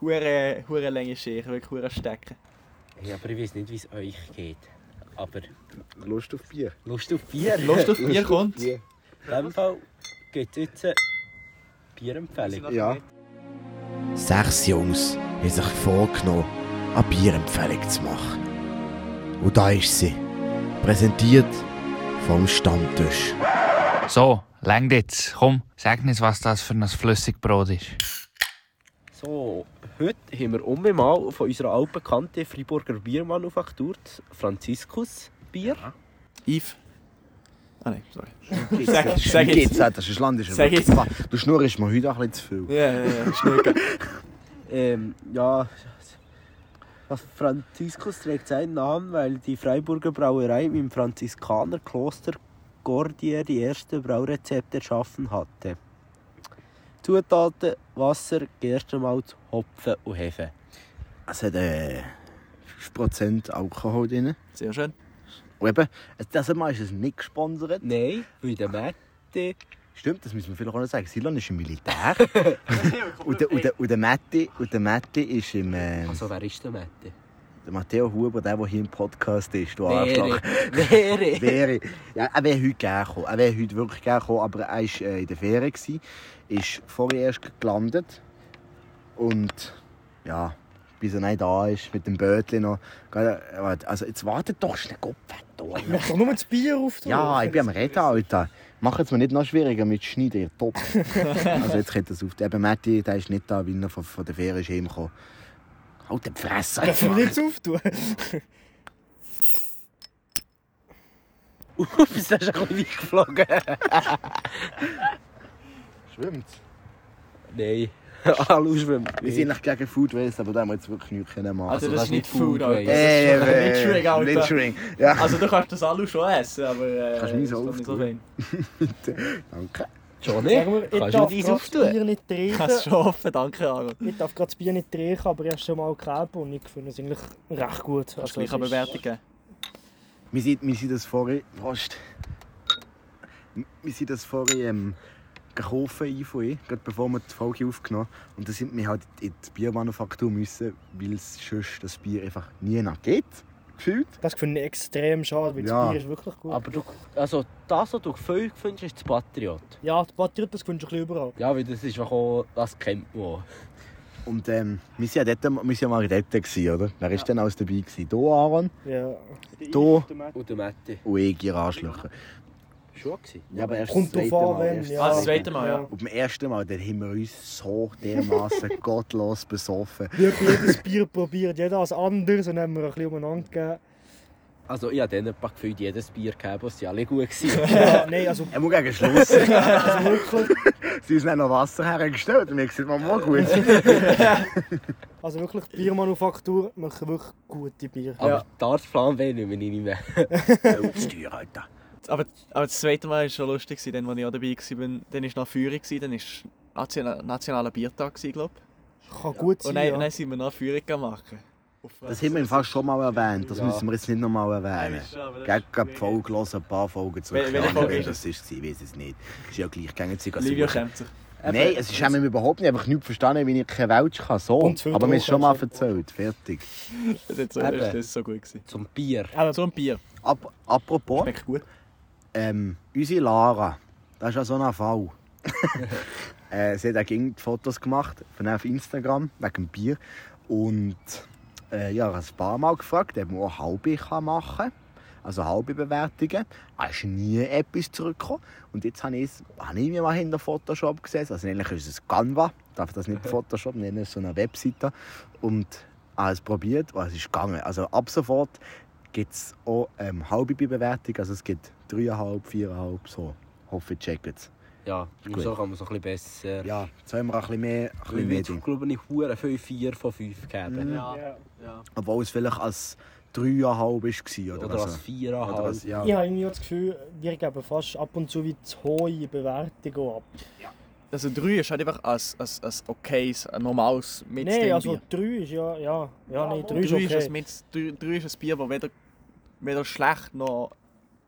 E: hure, hure lange Schere, wirklich hure Stecken.
G: Ja, aber ich weiß nicht, wie es euch geht. Aber
C: Lust auf Bier.
G: Lust auf
D: [laughs]
G: Bier?
E: Lust auf Bier kommt.
C: Bier.
G: In dem Fall gibt es jetzt eine Bierempfehlung.
C: Ja. Sechs Jungs haben sich vorgenommen, eine Bierempfehlung zu machen. Und da ist sie. Präsentiert vom Stammtisch.
H: So, lang jetzt. Komm, sag uns, was das für ein Flüssigbrot ist.
D: So, heute haben wir um mal von unserer altbekannten Friburger Biermanufaktur das Franziskus Bier.
E: Yves. Ah nein, sorry. Sag, sag
C: Geht's
E: jetzt.
C: auch, das ist Land. Ist
E: Sag jetzt.
C: Du schnurrst mir heute auch ein bisschen zu viel.
E: Ja, ja, ja, [laughs] ist nicht geil.
D: Ähm, ja, was Franziskus trägt seinen Namen, weil die Freiburger Brauerei im Franziskanerkloster Gordier die erste Braurezepte erschaffen hatte. Zutaten Wasser, Gerstenmalz, Hopfen und Hefe.
C: Es hat äh, 5% Alkohol drin.
E: Sehr schön.
C: Und eben, das Mal ist es nicht gesponsert.
D: Nein, wie der Mette.
C: Stimmt, das müssen wir vielleicht auch noch sagen. Silon ist im [laughs] Militär. und, der, und, der, und der Matti, und der Matti ist im... Äh,
D: Also wer ist der Mette?
C: der Matteo Huber, der, der hier im Podcast ist. Du Arschloch.
D: Wäre.
C: [laughs]
D: Wäre. [laughs]
C: Wäre. Ja, er wäre heute gerne gekommen. Er wäre heute wirklich gerne gekommen, aber er war äh, in der Fähre. Gewesen, ist vorher erst gelandet. Und ja, bis er nicht da ist, mit dem Bötchen noch. Gell, äh, Also jetzt wartet doch schnell, Gott, verdammt.
F: Ich kann nur das Bier auf
C: Ja, ich bin am Reden, Alter. Mach es mir nicht noch schwieriger mit Schneiden, ihr
F: [laughs]
C: Top. also jetzt kommt das auf. Eben Matti, der ist nicht da, weil er von, von der Fähre ist heimgekommen. Halt die Fresse.
F: Darf ich mir jetzt auftun?
D: Ups, das ist ein bisschen geflogen.
C: [laughs] Schwimmt.
D: Nein. [laughs] Hallo schwimmen.
C: Wir sind nicht gegen Food Waste, aber da haben wir jetzt wirklich nichts können machen.
E: Also, das ist nicht
D: Food
E: dus Food, eh, Alter.
D: Waste.
E: Das ist Literally,
C: Alter.
E: Alter.
C: Literally. Ja,
E: Also, du kannst das Alu schon essen, aber. Äh,
C: Kannst du meins
E: das
C: auch
E: läuft
C: nicht,
E: so
C: oder?
E: fein.
C: danke.
D: Johnny,
F: Sagen wir, ich
D: kannst du
F: darf
D: dies
F: grad das
D: auftun?
F: Bier nicht trinken.
E: Kannst schon offen, danke, Aaron.
F: Ich darf gerade das Bier nicht trinken, aber ich habe es schon mal gegeben und ich finde es eigentlich recht gut.
E: Kannst du gleich
F: es
E: eine
F: ist-
E: Bewertung geben.
C: Wir sind, wir sind das vorher... Prost. Wir sind das vorher ähm, gekauft, ich von ihr, gerade bevor wir die Folge aufgenommen haben. Und da sind wir halt in die Biermanufaktur müssen, weil es sonst das Bier einfach nie nach geht. Gefühlt.
F: Das finde ich extrem schade, weil
C: Ja.
F: das Bier ist wirklich gut.
D: Aber du, also das, was du gefühlt findest, ist das Patriot.
F: ja, die Patriot, das findest du ein bisschen überall.
D: Ja, weil das ist einfach auch, das kennt man auch.
C: Und ähm, wir waren ja, dort, wir sind ja mal dort, gewesen, oder? Wer war denn alles dabei? Gewesen? Du, Aaron,
F: Ja.
C: du
D: Und der Mette.
C: und ich, ihr Arschlöcher.
D: Schon gewesen?
C: Ja, aber erst
F: Kommt
C: das
F: drauf
C: zweite
F: an,
C: Mal,
F: wenn.
C: erst
F: Ja.
E: Ah, das zweite Mal, ja.
C: Und beim ersten Mal dann haben wir uns so dermaßen [laughs] gottlos besoffen.
F: Wir haben jedes Bier probiert, jeder als anderes und haben wir ein bisschen umeinander
E: [coughs]
F: gegeben.
D: Also ich habe dann etwa gefühlt jedes Bier gegeben, es waren alle
C: [laughs]
D: gut. Gewesen.
F: Ja, nein, also
C: Er muss gegen Schluss. [laughs] Sie
F: wirklich,
C: uns dann noch Wasser hergestellt und wir haben gesagt, wir mal gut. [laughs]
F: also wirklich die Biermanufaktur machen wirklich gute Bier.
D: aber ja. das Plan wäre nicht mehr, nicht mehr.
C: Das teuer, Alter.
E: Aber, aber das zweite Mal war schon lustig, gewesen, dann, als ich auch dabei war. Dann war noch Führung, dann war National, Nationaler Biertag, glaube ich.
F: Kann gut
E: Und
F: sein,
E: dann,
F: ja.
E: dann sind wir noch Führung machen.
C: Das haben wir im Fall schon mal erwähnt. Das
D: Ja.
C: müssen wir jetzt nicht nochmal erwähnen. Gegen die Folge hören, ein paar Folgen zu.
E: Wel- welche Folge ist
C: das war, ich weiß es nicht. Ist ja gleich gegangen.
E: Livio schämt sich.
C: Nein, es ist eben überhaupt nicht. Einfach nicht verstanden, wie ich keine Welsch kann. So.
F: Und zu viel
C: Aber mir ist
F: drauf,
C: schon mal
F: also.
C: erzählt. Fertig.
E: Das ist, so,
D: Eben.
E: das ist so gut gewesen.
D: Zum Bier.
F: Also
E: So ein Bier.
C: Ap apropos,
E: Schmeckt gut.
C: ähm, unsere Lara, das ist ja so ein Fall. äh, sie hat auch ging Fotos gemacht, von auf Instagram, wegen dem Bier. Und äh, ja, ich habe ein paar Mal gefragt, ob man auch halbe kann machen kann. Also halbe Bewertungen. Es ist nie etwas zurückgekommen. Und jetzt habe ich, es- habe ich mir mal hinter Photoshop gesehen. Also eigentlich ist es Canva. Ich darf das nicht Photoshop nennen, es ist so eine Webseite. Und habe es probiert und es ist gegangen. Also ab sofort gibt es auch ähm, halbe Bewertung. Also es gibt dreieinhalb, viereinhalb, so. Hoffe, ihr checkt es.
D: Ja,
C: gut.
D: so kann man so ein bisschen besser.
C: Ja, jetzt haben wir auch ein bisschen mehr, ein bisschen Mhm.
D: Weil
C: mehr
D: wir zum
C: Ding.
D: Glück nicht Huren 4 von 5 geben.
F: Ja.
C: Obwohl es vielleicht als 3,5 war oder,
D: Oder als
C: so.
D: 4,5.
C: Also. Oder als, ja.
F: Ich habe irgendwie das Gefühl, wir geben fast ab und zu wie zu hohe Bewertungen ab.
E: Also 3 ist halt einfach als, als, als okayes, ein normales mit
F: Nein, also 3 ist ja, ja, ja, nein, 3
E: 3
F: ist
E: ist,
F: okay.
E: ein Mitz- drei- drei ist ein Bier, das weder, weder schlecht noch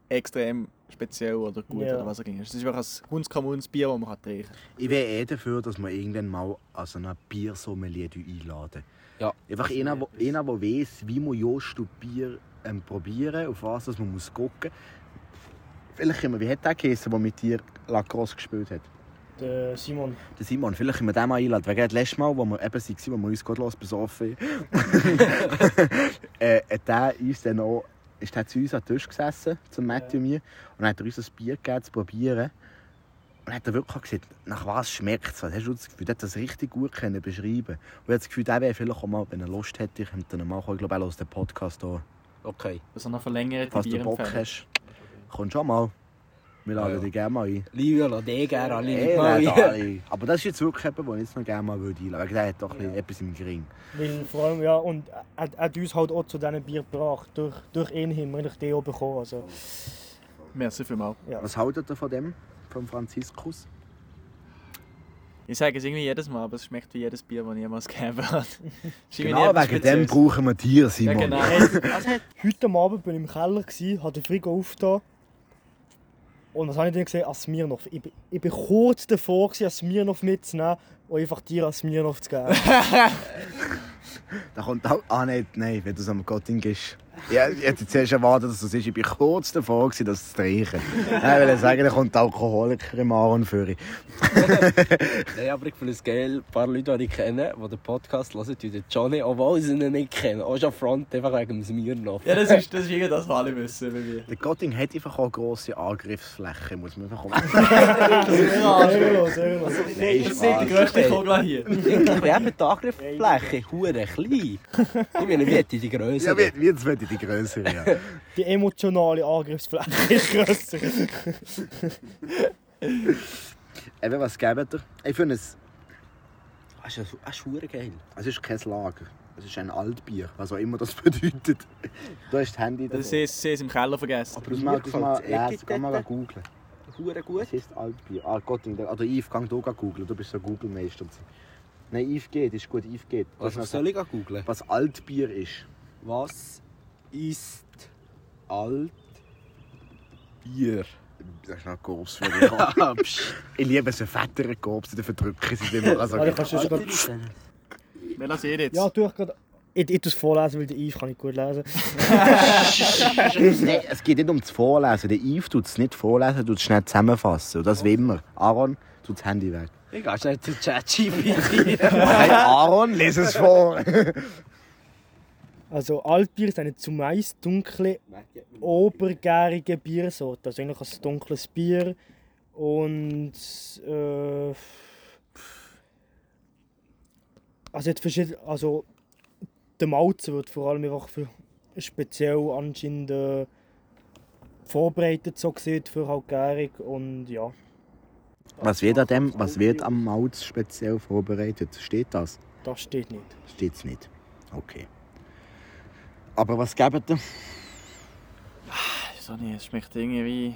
E: extrem speziell oder gut
F: Ja.
E: oder was auch immer ist. Es ist einfach ein Hundskammunds Bier, das man kann trinken kann.
C: Ich wäre eh dafür, dass wir irgendwann mal an so einen Biersommelier einladen.
D: Ja.
C: Einfach einer, wo- einer, der weiss, wie man Jost und Bier ähm, probieren, auf was dass man muss gucken muss. Vielleicht können wir, wie hat der geheißen, der mit dir Lacrosse gespielt hat?
F: Der Simon.
C: Der Simon, vielleicht können wir den mal einladen. Weil gerade letztes Mal, wo wir eben waren, wo wir uns gottlos besoffen haben, äh, hat der uns dann auch, ist der zu uns an den Tisch gesessen, zum Matthew und mir, und hat er uns ein Bier gegeben, zu probieren. Und hat er wirklich auch gesagt, nach was schmeckt es? Was hast du das Gefühl? Der hat das richtig gut können beschreiben Und ich habe das Gefühl, der wäre vielleicht auch mal, wenn er Lust hätte, ich könnte ihn mal, ich glaube, auch aus dem Podcast hier.
D: Okay.
E: So eine verlängerte
C: Falls du Bock hast, komm schon mal. Wir laden
D: Ja, ja.
C: dich gerne mal ein.
D: Liebe oder nicht gerne, alle
C: Ey,
D: nicht mal.
C: Äh, nein, alle. [laughs] Aber das ist jetzt wirklich jemand, den ich jetzt noch gerne mal einladen würde. Weil der hat doch ein bisschen etwas im Gering.
F: Weil vor allem, ja, und er hat- hat uns halt auch zu diesen Bier gebracht. Durch, durch ihn haben wir eigentlich die auch bekommen. Also,
E: Merci vielmals.
F: ja.
C: Was haltet ihr von dem? Von Franziskus?
E: Ich sage es irgendwie jedes Mal, aber es schmeckt wie jedes Bier, das ich jemals [laughs] gegeben habe.
C: [laughs] Genau wegen dem brauchen wir Tier,
E: Ja,
C: Simon.
E: genau.
F: Heute am Abend bin ich im Keller, gewesen, habe den Frigo aufgetan. Und was habe ich dann gesehen? Als Smirnoff. Ich, bin- ich bin kurz davor, gewesen, als Smirnoff mitzunehmen und einfach dir als Smirnoff zu geben.
C: Da kommt auch. Ah, nein, nein, wenn du es am Gotting gibst. Ja, ich hätte zuerst erwartet, dass das ist. Ich bin kurz davor, gewesen, das zu [laughs] trinken. Nein, weil ich sagen, da kommt der Alkoholiker im Aaron für.
D: Nein, aber ich finde es geil, ein paar Leute, die ich kenne, die den Podcast hören, die den Johnny, obwohl sie ihn nicht kennen, auch schon Front, einfach wegen dem Smirnoff.
E: Ja, das ist, das ist irgendwie das, was alle wissen
C: [laughs]
E: bei mir.
C: Der Gotting hat einfach auch grosse Angriffsfläche, muss man [laughs] einfach
F: Seriös, seriös.
C: Nein,
E: Das sind die grössten Kugel hier.
D: Ich bin eben die Angriffsfläche, hure klein. Ich meine, wie hätte ich die Größe?
C: Ja, wie, wie jetzt will ich die größere. Ja.
F: Die emotionale Angriffsfläche ist grösser.
C: [laughs] Eben, was geben ihr? Ich finde es.
D: Das ist das ist hure geil.
C: Es ist kein Lager. Es ist ein Altbier, was auch immer das [laughs] bedeutet. Du hast das Handy
E: Das ist, sie ist im Keller vergessen.
D: Aber
C: Du
D: mir
C: musst mal
D: gefällt das
C: lesen,
D: Etikett
C: geh mal googeln.
D: hure gut.
C: Was ist Altbier? Ah, Gott, oder Yves, geh du googeln, du bist so Google-Meister. Nein, Yves geht, ist gut, Yves geht. Du hast
D: Was
C: noch
D: soll ich googeln?
C: gesagt, was Altbier ist.
D: Was ist alt
C: [laughs]
D: Bier?
C: Das ist noch Korps für dich.
D: Ah, psch.
C: [laughs] ich liebe so fettere Korps, die verdrücken sie immer. Also,
F: Also, kannst du schon grad-
E: Wer das ihr jetzt?
F: ja, tu ich gerade. Ich, ich es vorlesen, weil der Yves kann ich gut lesen.
C: Nein, es geht nicht um das Vorlesen. Der Yves tut es nicht vorlesen, tut es schnell zusammenfassen. Und das wie immer. Aaron, tut das Handy weg.
D: Ich geh schnell zu
C: [laughs]
D: ChatGPT.
C: Hey, Aaron, lese es vor.
F: Also Altbier ist eine zumeist dunkle, obergärige Biersorte. Also eigentlich ein dunkles Bier und äh, also hat verschiedene, also der Malz wird vor allem einfach für speziell anscheinend äh, vorbereitet so gesehen für halt gärig und ja.
C: Was wird, an dem, was wird am Malz speziell vorbereitet? Steht das?
F: Das steht nicht.
C: Steht es nicht. Okay. Aber was gebt ihr?
E: So nicht, es schmeckt irgendwie.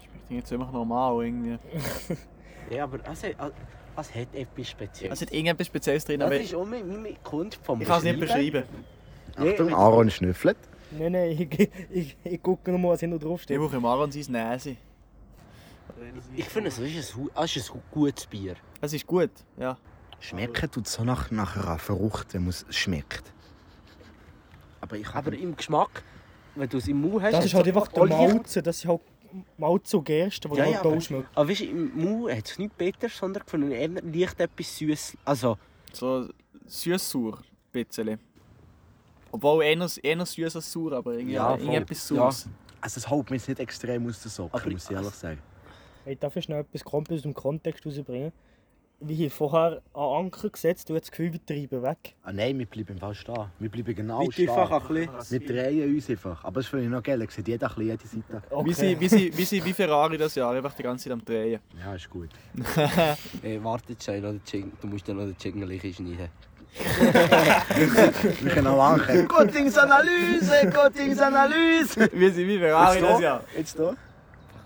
E: es Schmeckt irgendwie ziemlich normal irgendwie.
D: Ja, aber was hat,
G: also,
D: was hat etwas Spezielles?
E: Also Es hat irgendetwas Spezielles drin,
D: das
E: aber ich
D: ist auch mein, mein Kunde vom
E: kann es nicht beschreiben.
C: Achtung, Aaron schnüffelt.
F: [laughs] Nein, nein, ich, ich, ich gucke nochmal, was hinten drauf
E: Ich
F: steht.
E: brauche im Aaron seine Nase.
G: Ich finde, es ist ein, hu- es ist ein gutes Bier.
E: Es ist gut, ja.
C: Schmecken tut so nach, nach einer Frucht, wenn man es schmeckt. Aber ich
G: Aber
C: habe
G: im Geschmack, wenn du es im Mund hast...
F: Das
G: hat's
F: ist halt einfach der
G: Oliven-
F: Malzen, das ist halt Malzen und Gerste, die
G: Ja,
F: ja,
G: ja,
F: halt
G: aber-
F: toll schmeckt.
G: Aber weißt, du, im Mund hat es nichts Bitters, sondern von eher leicht etwas Süßes. Also,
E: So süß-sauer, ein bisschen. Obwohl eher, eher süß als sauer, aber irgendwie,
G: Ja, voll.
E: irgendetwas
G: Ja.
E: sauers.
C: Also es haut mir jetzt nicht extrem aus der Socke,
G: Aber-
C: muss ich ehrlich sagen.
F: Hey, darf ich schnell etwas komplett aus dem Kontext rausbringen? Wir haben vorher an Anker gesetzt und jetzt das Gefühl, wir treiben weg.
C: Ah nein, wir bleiben im Fall stehen. Wir bleiben genau
G: weit
C: stehen.
G: einfach ein bisschen.
C: Wir drehen uns einfach. Aber das finde ich noch geil, sieht jeder ein bisschen jede Seite.
E: Wie, sie, wie, sie, wie sie wie Ferrari das Jahr, einfach die ganze Zeit am Drehen.
C: Ja, ist gut.
G: Ey, Äh, warte, jetzt schneid noch den Jing- du musst dann noch den Jingle einschneiden.
C: Wir können auch [laughs] ankommen. Gottingsanalyse, Gottingsanalyse!
E: Wie sie wie Ferrari das Jahr.
C: Jetzt da?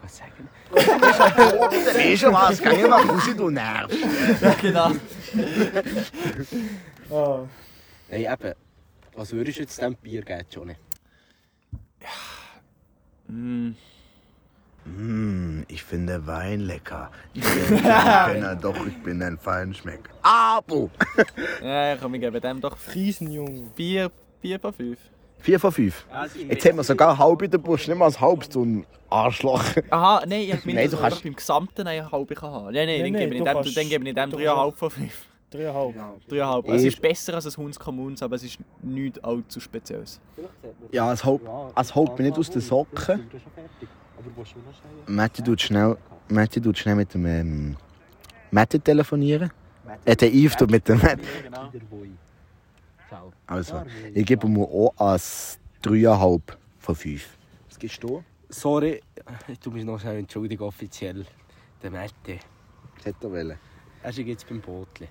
G: Was sagen?
C: [laughs] Siehst du was? Geh mal raus, du Nerv!
E: Genau.
F: Ah,
G: Nein, eben. Was würdest du jetzt dem Bier geben, Johnny?
E: Mm.
C: Hm, ich finde Wein [laughs] lecker. Ich bin kein Kenner, doch ich bin ein Feinschmecker. Abo!
E: Ja, komm, wir geben dem doch
F: Riesen, Junge.
E: 4, 4 von 5.
C: 4 von 5. Jetzt haben wir sogar halb in der Busch, nicht mal als halb, so ein Arschloch.
E: Aha, nein, ich bin
C: Nein, du
E: das
C: kannst-
E: einfach beim Gesamten eine halbe kann haben. Nein, nein,
F: Nein, nein,
E: dann gebe ich
F: du
E: dem,
F: kannst-
E: dann gebe ich dem
F: du
E: 3,5 von 5.
F: Dreieinhalb.
E: 3,5. Also Es
C: Ich-
E: ist besser als ein Huns Kommuns, aber es ist nichts allzu spezielles.
C: Ja, es haut, es haut mich nicht aus den Socken. Matti tut schnell, Matti tut schnell mit dem ähm, Matti telefonieren. Äh, der Yves tut mit dem Matti. Also, ich gebe ihm auch als 3,5 von 5. Was gibst du?
G: Sorry, du musst noch schnell entschuldigen, offiziell. Der Mette.
C: Das hätte er wollen.
G: Er ist jetzt beim Bootli.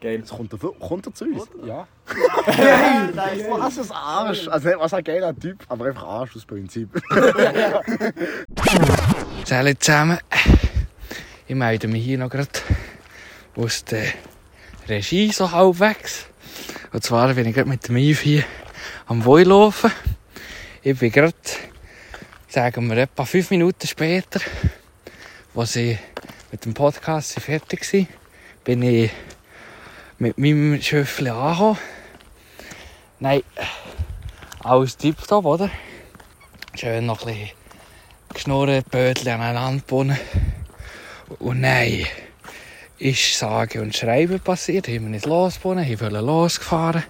E: Geil.
C: Jetzt kommt er, kommt er zu uns.
G: Ja.
C: Was ein Arsch. Also, nicht, was ein geiler Typ, aber einfach Arsch aus Prinzip.
H: Salut zusammen. Ich melde mich hier noch gerade aus der eh, Regie so halbwegs. Und zwar bin ich gerade mit dem Yves hier am Wollaufen. Ich bin gerade, sagen wir, etwa fünf Minuten später, als ich mit dem Podcast fertig war, bin ich mit meinem Schöffchen angekommen. Nein, alles tiptop, oder? Schön noch ein bisschen geschnurrt, Bödel aneinander gebunden. Und nein, ist Sage und Schreiben passiert. Haben wir nicht losgebunden, haben wollen losgefahren.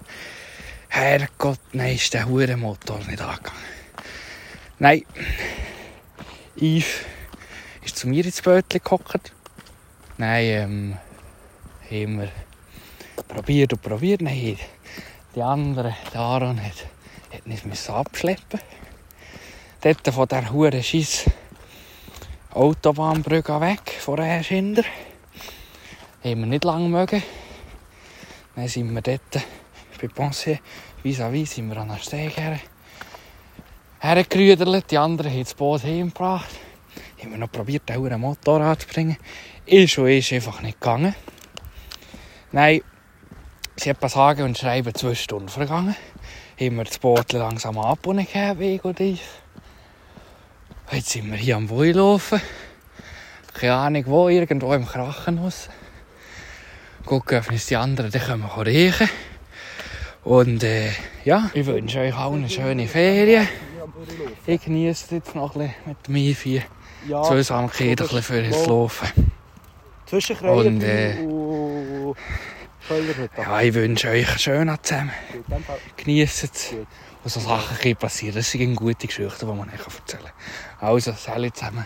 H: Herrgott, nein, ist der Hurenmotor nicht angegangen. Nein, Yves ist zu mir ins Bötchen gehockt. Nein, ähm, haben wir probiert und probiert. Nein, die anderen, der Aaron, hat, hat nicht müssen abschleppen dort von dieser Hure Scheiss Autobahnbrücke weg, vorher hinter. Haben wir nicht lange mögen. Dann sind wir dort bei Ponce, vis-à-vis, sind wir an der Steg her. Hergerüdelt, die anderen haben das Boot heimgebracht. Haben wir noch probiert, den Huren Motor anzubringen. Ist und ist einfach nicht gegangen. Nein, sie hat Sagen und Schreiben zwei Stunden vergangen. Haben wir das Boot langsam abgebunden, gehabt, Weg und ich. Jetzt sind wir hier am Wollaufen. Keine Ahnung wo, irgendwo im Krachenhaus. Gucken, ob uns die anderen dann kommen wir riechen. Und äh, ja, ich wünsche euch allen schöne Ferien. Ich genieße jetzt noch ein bisschen mit dem Eifi.
G: Ja.
H: Zusammenkeit ein bisschen für das Laufen.
G: Zwischen
H: Und, äh,
G: und Köllerhütte.
H: Ja, ich wünsche euch einen schönen zusammen. Genießt es.
G: Gut.
H: Was so Sachen können passieren. Das sind gute Geschichten, die man euch erzählen kann. Also, salut zusammen.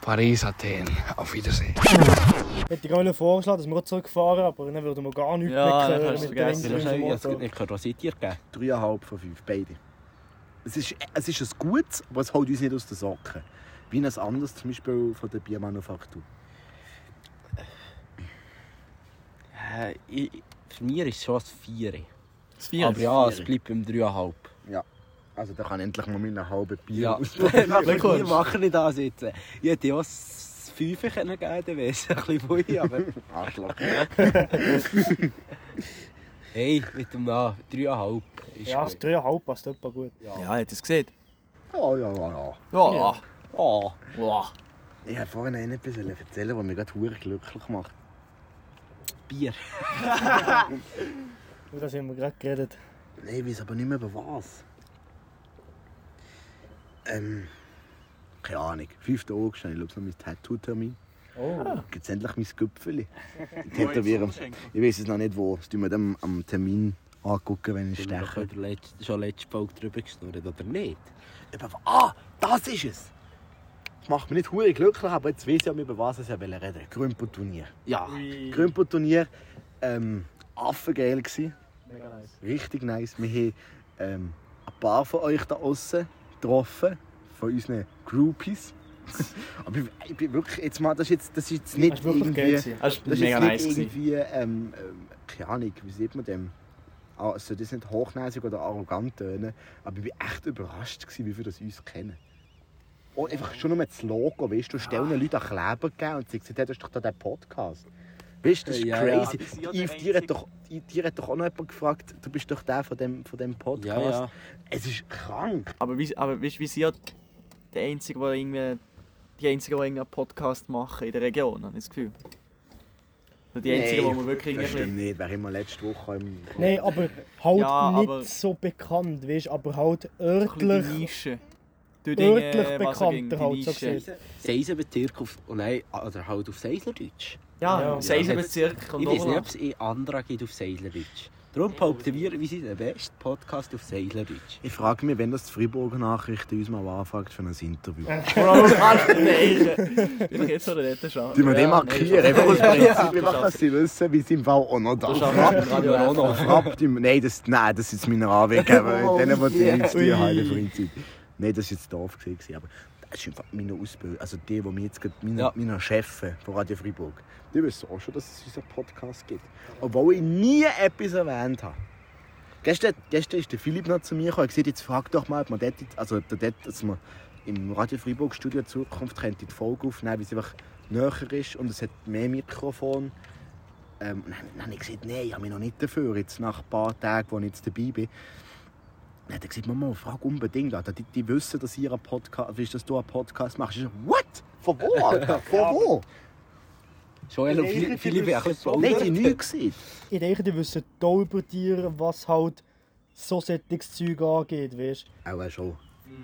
H: Paris, Athen. Auf Wiedersehen.
F: Ich hätte gerne vorgeschlagen, dass wir auch zurückfahren, aber dann würden wir gar nichts mehr
E: Ja,
F: hören
E: dann kannst du
F: mit der Insel
E: vergessen.
G: Ich
F: und dem
G: habe es
F: Motor.
G: nicht gehört. Was seid ihr gegeben?
C: 3,5 von 5, beide. Es ist, es ist ein gutes, aber es haut uns nicht aus den Socken. Wie ein anderes, zum Beispiel von der Biermanufaktur.
G: Äh, ich- Für mich ist es schon ein Vier.
E: Das Vier.
G: Aber ja, es bleibt beim 3,5.
C: Also da kann endlich mal meine halbe Bier
G: Ja.
C: aus.
G: Wir machen nicht das jetzt. Ich hätte ja s- fünf können geben, dann wäre es ein bisschen wuhi, aber...
C: Arschloch.
G: [laughs] Hey, mit dem A, 3,5 ist
F: Ja, das
G: gut.
F: dreieinhalb passt etwa gut.
E: Ja, hat es gesehen.
C: Ja, ja, ja, ja.
E: Ja.
G: Ah,
E: Wow.
C: Ich habe vorhin noch etwas erzählen, was mich gerade verdammt glücklich macht.
G: Bier.
F: Über das haben wir gerade geredet.
C: Nein, ich weiß aber nicht mehr über was. Ähm. Keine Ahnung. 5. August habe ich glaube ich, noch meinen Tattoo-Termin. Oh. Gibt es endlich mein
G: [laughs]
C: Gipfeli? Ich tätowiere es. Ich weiß es noch nicht wo. Das tun wir dann am Termin angucken, wenn ich
G: Wir haben
C: steche.
G: doch letzt- schon letzte Folge drüber geschnurrt, oder nicht?
C: Über, ah, das ist es! Das macht mich nicht hure glücklich, aber jetzt weiß ich, auch, über was ich reden wollte. Grünpo-Turnier.
G: Ja.
C: Grünpo-Turnier, ähm, affengeil gsi. Richtig nice. Wir haben ähm, ein paar von euch da aussen getroffen, von unseren Groupies. [laughs] aber ich, ich bin wirklich, jetzt mal, das ist jetzt, das ist jetzt nicht
F: Das war wirklich geil.
C: irgendwie...
F: gewesen.
E: Das ist
C: Das
E: mega
C: ist
E: nice.
C: jetzt nicht
E: gewesen.
C: irgendwie, ähm, ähm, keine Ahnung, wie sieht man dem? Ah, es soll das nicht hochnäsig oder arrogant tönen, aber ich war echt überrascht, gewesen, wie wir das uns kennen. Und einfach schon nur das Logo, weißt du, stellen den Leuten einen Kleber gegeben und sie gesagt, hey, das ist doch da der Podcast. Weißt du, das ist
G: Ja, ja.
C: crazy.
B: sind ja
C: Die
B: der
C: Yves, dir hat, doch, die- dir hat doch auch noch jemand gefragt, du bist doch der von dem, von dem Podcast.
G: Ja, ja.
C: Es ist krank.
E: Aber wie, aber weißt, wie sind ja der Einzige, der irgendwie, die Einzigen, die irgendeinen Podcast machen in der Region, habe ich das Gefühl. Oder die Einzigen,
C: Nein,
E: die man wirklich
C: Das
E: irgendwie...
C: stimmt nicht, wäre immer letzte Woche im...
F: Nein, aber halt
E: Ja,
F: nicht
E: aber-
F: so bekannt, weißt du, aber halt
E: Ein bisschen die
F: örtlich.
E: Nische. Die äh,
F: örtlich
E: was er ging,
F: bekannter
E: die
F: halt, so
E: Nische.
F: gesehen.
G: Seisenbezirk auf... Oh nein, oder halt auf Seislerdeutsch.
E: Ja,
F: Ja.
E: ja. Seisenbezirk und
G: Ich weiß nicht,
E: Oberland.
G: ob es in Andra gibt auf Seislerdeutsch. Darum behaupten wir, wir sind der beste Podcast auf Seislerdeutsch.
C: Ich frage mich, wenn das die Freiburger Nachrichten uns mal anfragt für ein Interview.
E: Bro, kannst du nicht. Vielleicht jetzt oder nicht, das schaffen
C: Die wir
E: wir.
C: den
E: Ja,
C: markieren, einfach aus Prinzip, einfach, dass sie wissen, wie sie im Fall auch noch da
E: Das
C: sind.
E: schaffen wir im Radio auch noch.
C: Ab dem- Nein, das, nein, das ist jetzt mein Anweg, [laughs] aber denen, die die nichts zu tun haben in der Freizeit. Nein, das war jetzt doof, gewesen, aber das ist einfach meine Ausbildung, also die, die mir jetzt gerade, meine,
G: Ja.
C: meine Chefin von Radio Freiburg, die wissen auch schon, dass es unseren Podcast gibt. Obwohl ich nie etwas erwähnt habe. Gestern, gestern ist der Philipp noch zu mir gekommen und gesagt, jetzt frag doch mal, ob man dort, also ob der dort, dass man im Radio Freiburg Studio Zukunft könnte die Folge aufnehmen, weil es einfach näher ist und es hat mehr Mikrofon. Ähm, dann, dann habe ich gesagt, nein, ich habe mich noch nicht dafür, jetzt nach ein paar Tagen, wo ich jetzt dabei bin. Dann hat er gesagt, Mama, frag unbedingt. Alter. Die, die wissen, dass, ihr einen Podcast, weißt, dass du einen Podcast machst. Ich so, what? Von wo, Alter? Von wo?
G: Joel und Philipp, Philipp haben ein bisschen
C: Nein,
G: plaudert.
C: die haben nichts gesehen.
F: Ich denke, die wissen da über dir, was halt so solches Zeug angeht, weißt
C: Auch schon.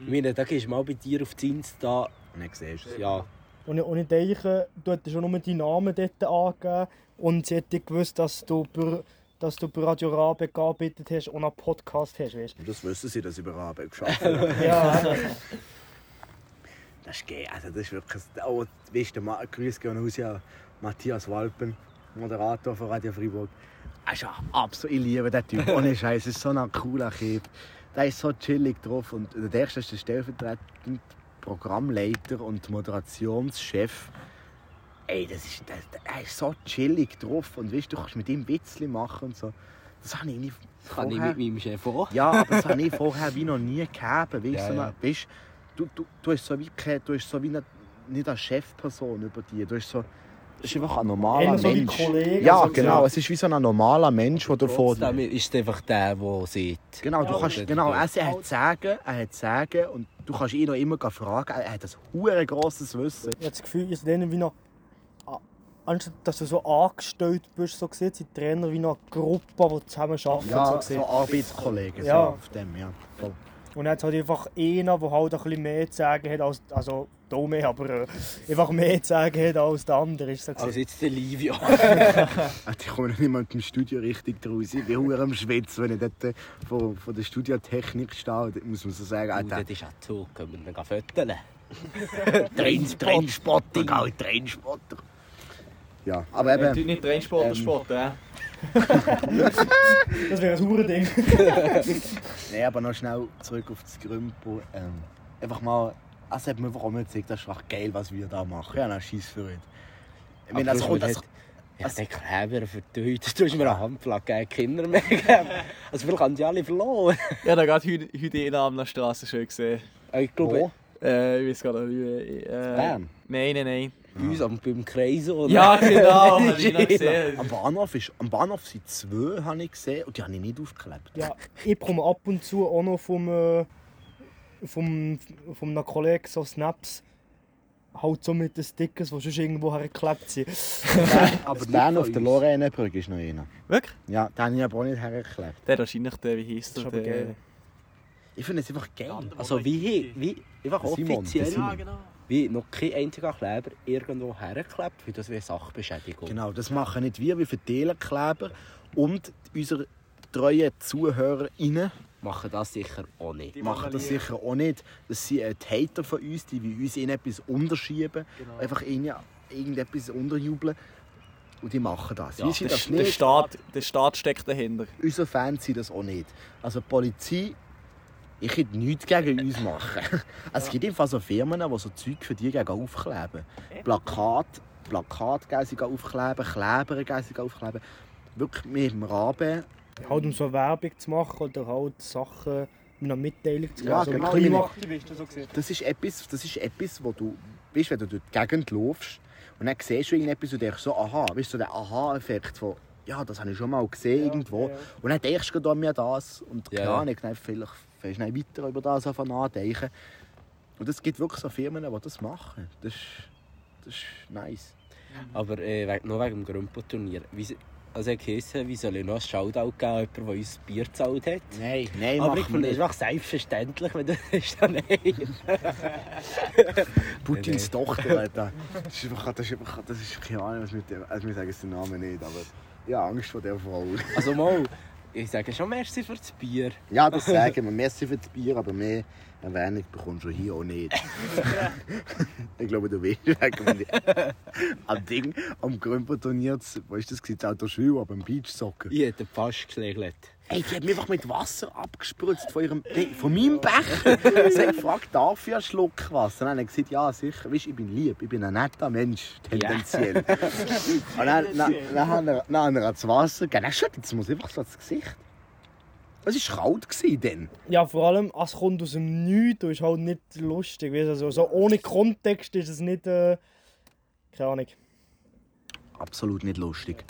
G: Ich meine, da gehst du mal bei dir auf die Insta.
C: Dann siehst du es.
G: Ja,
F: du. Und, ich- und ich denke, du hättest schon nur deinen Namen dort angegeben und sie hätte gewusst, dass du bei, dass du bei Radio Rabe gearbeitet hast und einen Podcast
C: [laughs]
F: hast, weißt
C: Und das wissen sie, dass ich über Arbeit geschafft habe.
F: du. Ja,
C: Das ist geil. Also, das ist wirklich... Oh, weißt du, Ma- Grüße gehen raus an Matthias Walpen, Moderator von Radio Freiburg. Er ist ja absolut... Ich liebe den
G: [laughs]
C: Typ. Ohne Scheiß. Er ist so ein cooler Typ. Der ist so chillig drauf. Und der erste ist der stellvertretende Programmleiter und Moderationschef. Ey, das ist, das, er ist so chillig drauf. Und weißt du, du kannst mit ihm Witzli machen und so. Das habe ich nicht
G: kann ich
C: vorher-
G: mit meinem Chef auch.
C: ja, aber das habe ich vorher wie noch nie gehabt. Weißt,
G: Ja,
C: du,
G: ja.
C: weißt du, du, du hast so wie, keine, du hast so wie nicht, nicht eine Chefperson über dich. Du hast so, das ist einfach ein normaler
F: Eher so wie
C: Mensch.
F: Kollege,
C: ja,
F: so
C: genau. Es ist wie so ein normaler Mensch, der davor.
G: Trotzdem ist es einfach der, der sieht.
C: Genau, du
G: Ja,
C: kannst,
G: das-
C: genau, er er hat Sagen, er hat Sagen und du kannst ihn noch immer fragen. Er hat ein hure grosses Wissen.
F: ich habe das Gefühl, ich lerne wie noch. a- Anstatt dass du so angestellt bist, so gesehen, sind Trainer wie noch eine Gruppe, die zusammen arbeiten. so
C: Ja,
F: gesehen.
C: so Arbeitskollegen,
F: Ja.
C: so auf dem, ja. Voll.
F: Und jetzt hat einfach einer, der halt ein bisschen mehr zu sagen hat als. Also, da mehr, aber äh, einfach mehr zu sagen hat als der andere. Ist so
G: Also
F: gesehen.
G: jetzt der Livio.
C: Ah, Die kommen nicht mal im Studio richtig draus. Ich bin hure am Schwitzen, wenn ich dort äh, von, von der Studiotechnik stehe. Da Muss man so sagen,
G: Und
C: Alter,
G: das ist auch zu, können wir ihn [laughs] föteln.
C: Trainspotter, genau, Trainspotter. Ja, aber
E: Ja,
C: eben,
E: tut nicht Rennsport oder Sport, ja.
F: Das wäre ein Hurending.
C: nee, aber noch schnell zurück auf das Grümpo. Ähm, einfach mal, es hat mir einfach auch mal gezeigt, das ist echt geil, was wir da machen. Ja, na, scheiß für heute. Ich meine,
D: also
C: das kommt, das,
G: Ich denke, Heber verdeutet. Du hast mir eine Handflagge gegeben, Kinder mehr gegeben. Also wir haben die alle verloren.
E: Ja, da geht heute, heute einer an der Straße schön gesehen.
G: Ich glaube,
E: Äh, ich weiß gar nicht, wie... Äh,
C: Bam.
E: Nein, nein, nein.
G: bei uns am, beim Kreis oder?
E: [laughs] Ja, genau, hab ich noch gesehen.
C: am Bahnhof, ist, am Bahnhof sind zwei, habe ich gesehen, und die habe ich nicht aufgeklebt.
F: [laughs] Ja, ich bekomme ab und zu auch noch vom, äh, vom, vom einem Kollegen so Snaps. halt so mit den Stickers, die schon irgendwo hergeklebt sind.
C: Aber Bern auf der Lorenenbrücke ist noch einer.
E: Wirklich?
C: Ja, den habe ich aber auch nicht hergeklebt.
E: Der wahrscheinlich, der, eh, wie heisst
F: Das
E: der?
F: ist aber
E: der-
F: geil.
C: Ich finde es einfach geil.
D: Also wie, wie einfach
C: Simon,
D: offiziell,
C: Simon.
D: wie noch kein einziger Kleber irgendwo hergeklebt, weil das wäre Sachbeschädigung.
C: Genau, das machen nicht wir, wir verteilen Kleber und unsere treuen ZuhörerInnen
D: Machen das sicher auch nicht.
C: machen das sicher auch nicht. Das sind äh, die Hater von uns, die wie uns in etwas unterschieben, einfach ihnen irgendetwas unterjubeln und die machen das. wir sind
E: der,
C: das
E: der,
C: nicht,
E: Staat, der Staat steckt dahinter.
C: unsere Fans sind das auch nicht. Also die Polizei, ich hätte nichts gegen uns machen. Also, es gibt einfach so Firmen, die so Zeug für die gegen aufkleben. Plakat, Plakat gehen sie gegen aufkleben, Kleber gehen sie gegen aufkleben. Wirklich mit dem Raben
F: Halt um so Werbung zu machen oder halt Sachen mit einer Mitteilung zu geben.
C: Ja,
F: also
C: genau.
F: Klima-
C: Das ist etwas, das ist etwas, wo du, weißt, wenn du durch die Gegend läufst und dann siehst du irgendetwas und denkst so, aha, weißt du, so der Aha-Effekt von, ja, das habe ich schon mal gesehen irgendwo.
F: ja, ja.
C: Und dann denkst du gerade an mir das und
D: Ja,
C: keine
D: ja.
C: Ahnung, dann vielleicht fängst du dann weiter über das einfach nachdenken. Und es gibt wirklich so Firmen, die das machen. Das ist, das ist nice.
D: Aber äh, we- noch wegen dem Grumpo-Turnier. Wie se- Also ich heisse, wie soll ich noch ein Shoutout geben, an jemanden, der uns Bier gezahlt hat?
C: Nein, nein,
D: Aber ich
C: machen
D: finde,
C: wir
D: es ist
C: nicht.
D: einfach selbstverständlich, wenn du [laughs] das dann
C: Putins [laughs] Tochter, Alter. Das ist einfach, das ist einfach, das ist keine Ahnung, was mit dem, also wir sagen jetzt den Namen nicht, aber ich habe Angst vor der Frau.
D: Also mal, ich sage schon merci für das Bier.
C: Ja, das sagen wir. Merci für das Bier, aber mehr Erwähnung bekommst du hier auch nicht. ich glaube, du weißt wegen dem- am Ding, am Grümperturnier, wo ist das? gewesen? Das Auto Schül, aber am Beachsocken.
D: Ich hätte fast geschlägelt.
C: Ey, die hat mich einfach mit Wasser abgespritzt von, ihrem, nee, von meinem Becher. Sie hat gefragt, darf ich einen Schluck Wasser? Und dann habe ich gesagt, ja, sicher. Weißt, du, ich bin lieb, ich bin ein netter Mensch, tendenziell. [laughs] Und dann, dann, dann, haben wir- dann haben wir das Wasser gegeben. Dann schüttelt es mir einfach so ins Gesicht. Es war kalt gewesen dann.
F: Ja, vor allem, es kommt aus dem Nichts und ist halt nicht lustig. Weißt? du, Also, so ohne Kontext ist es nicht. Äh, keine Ahnung.
C: Absolut nicht lustig.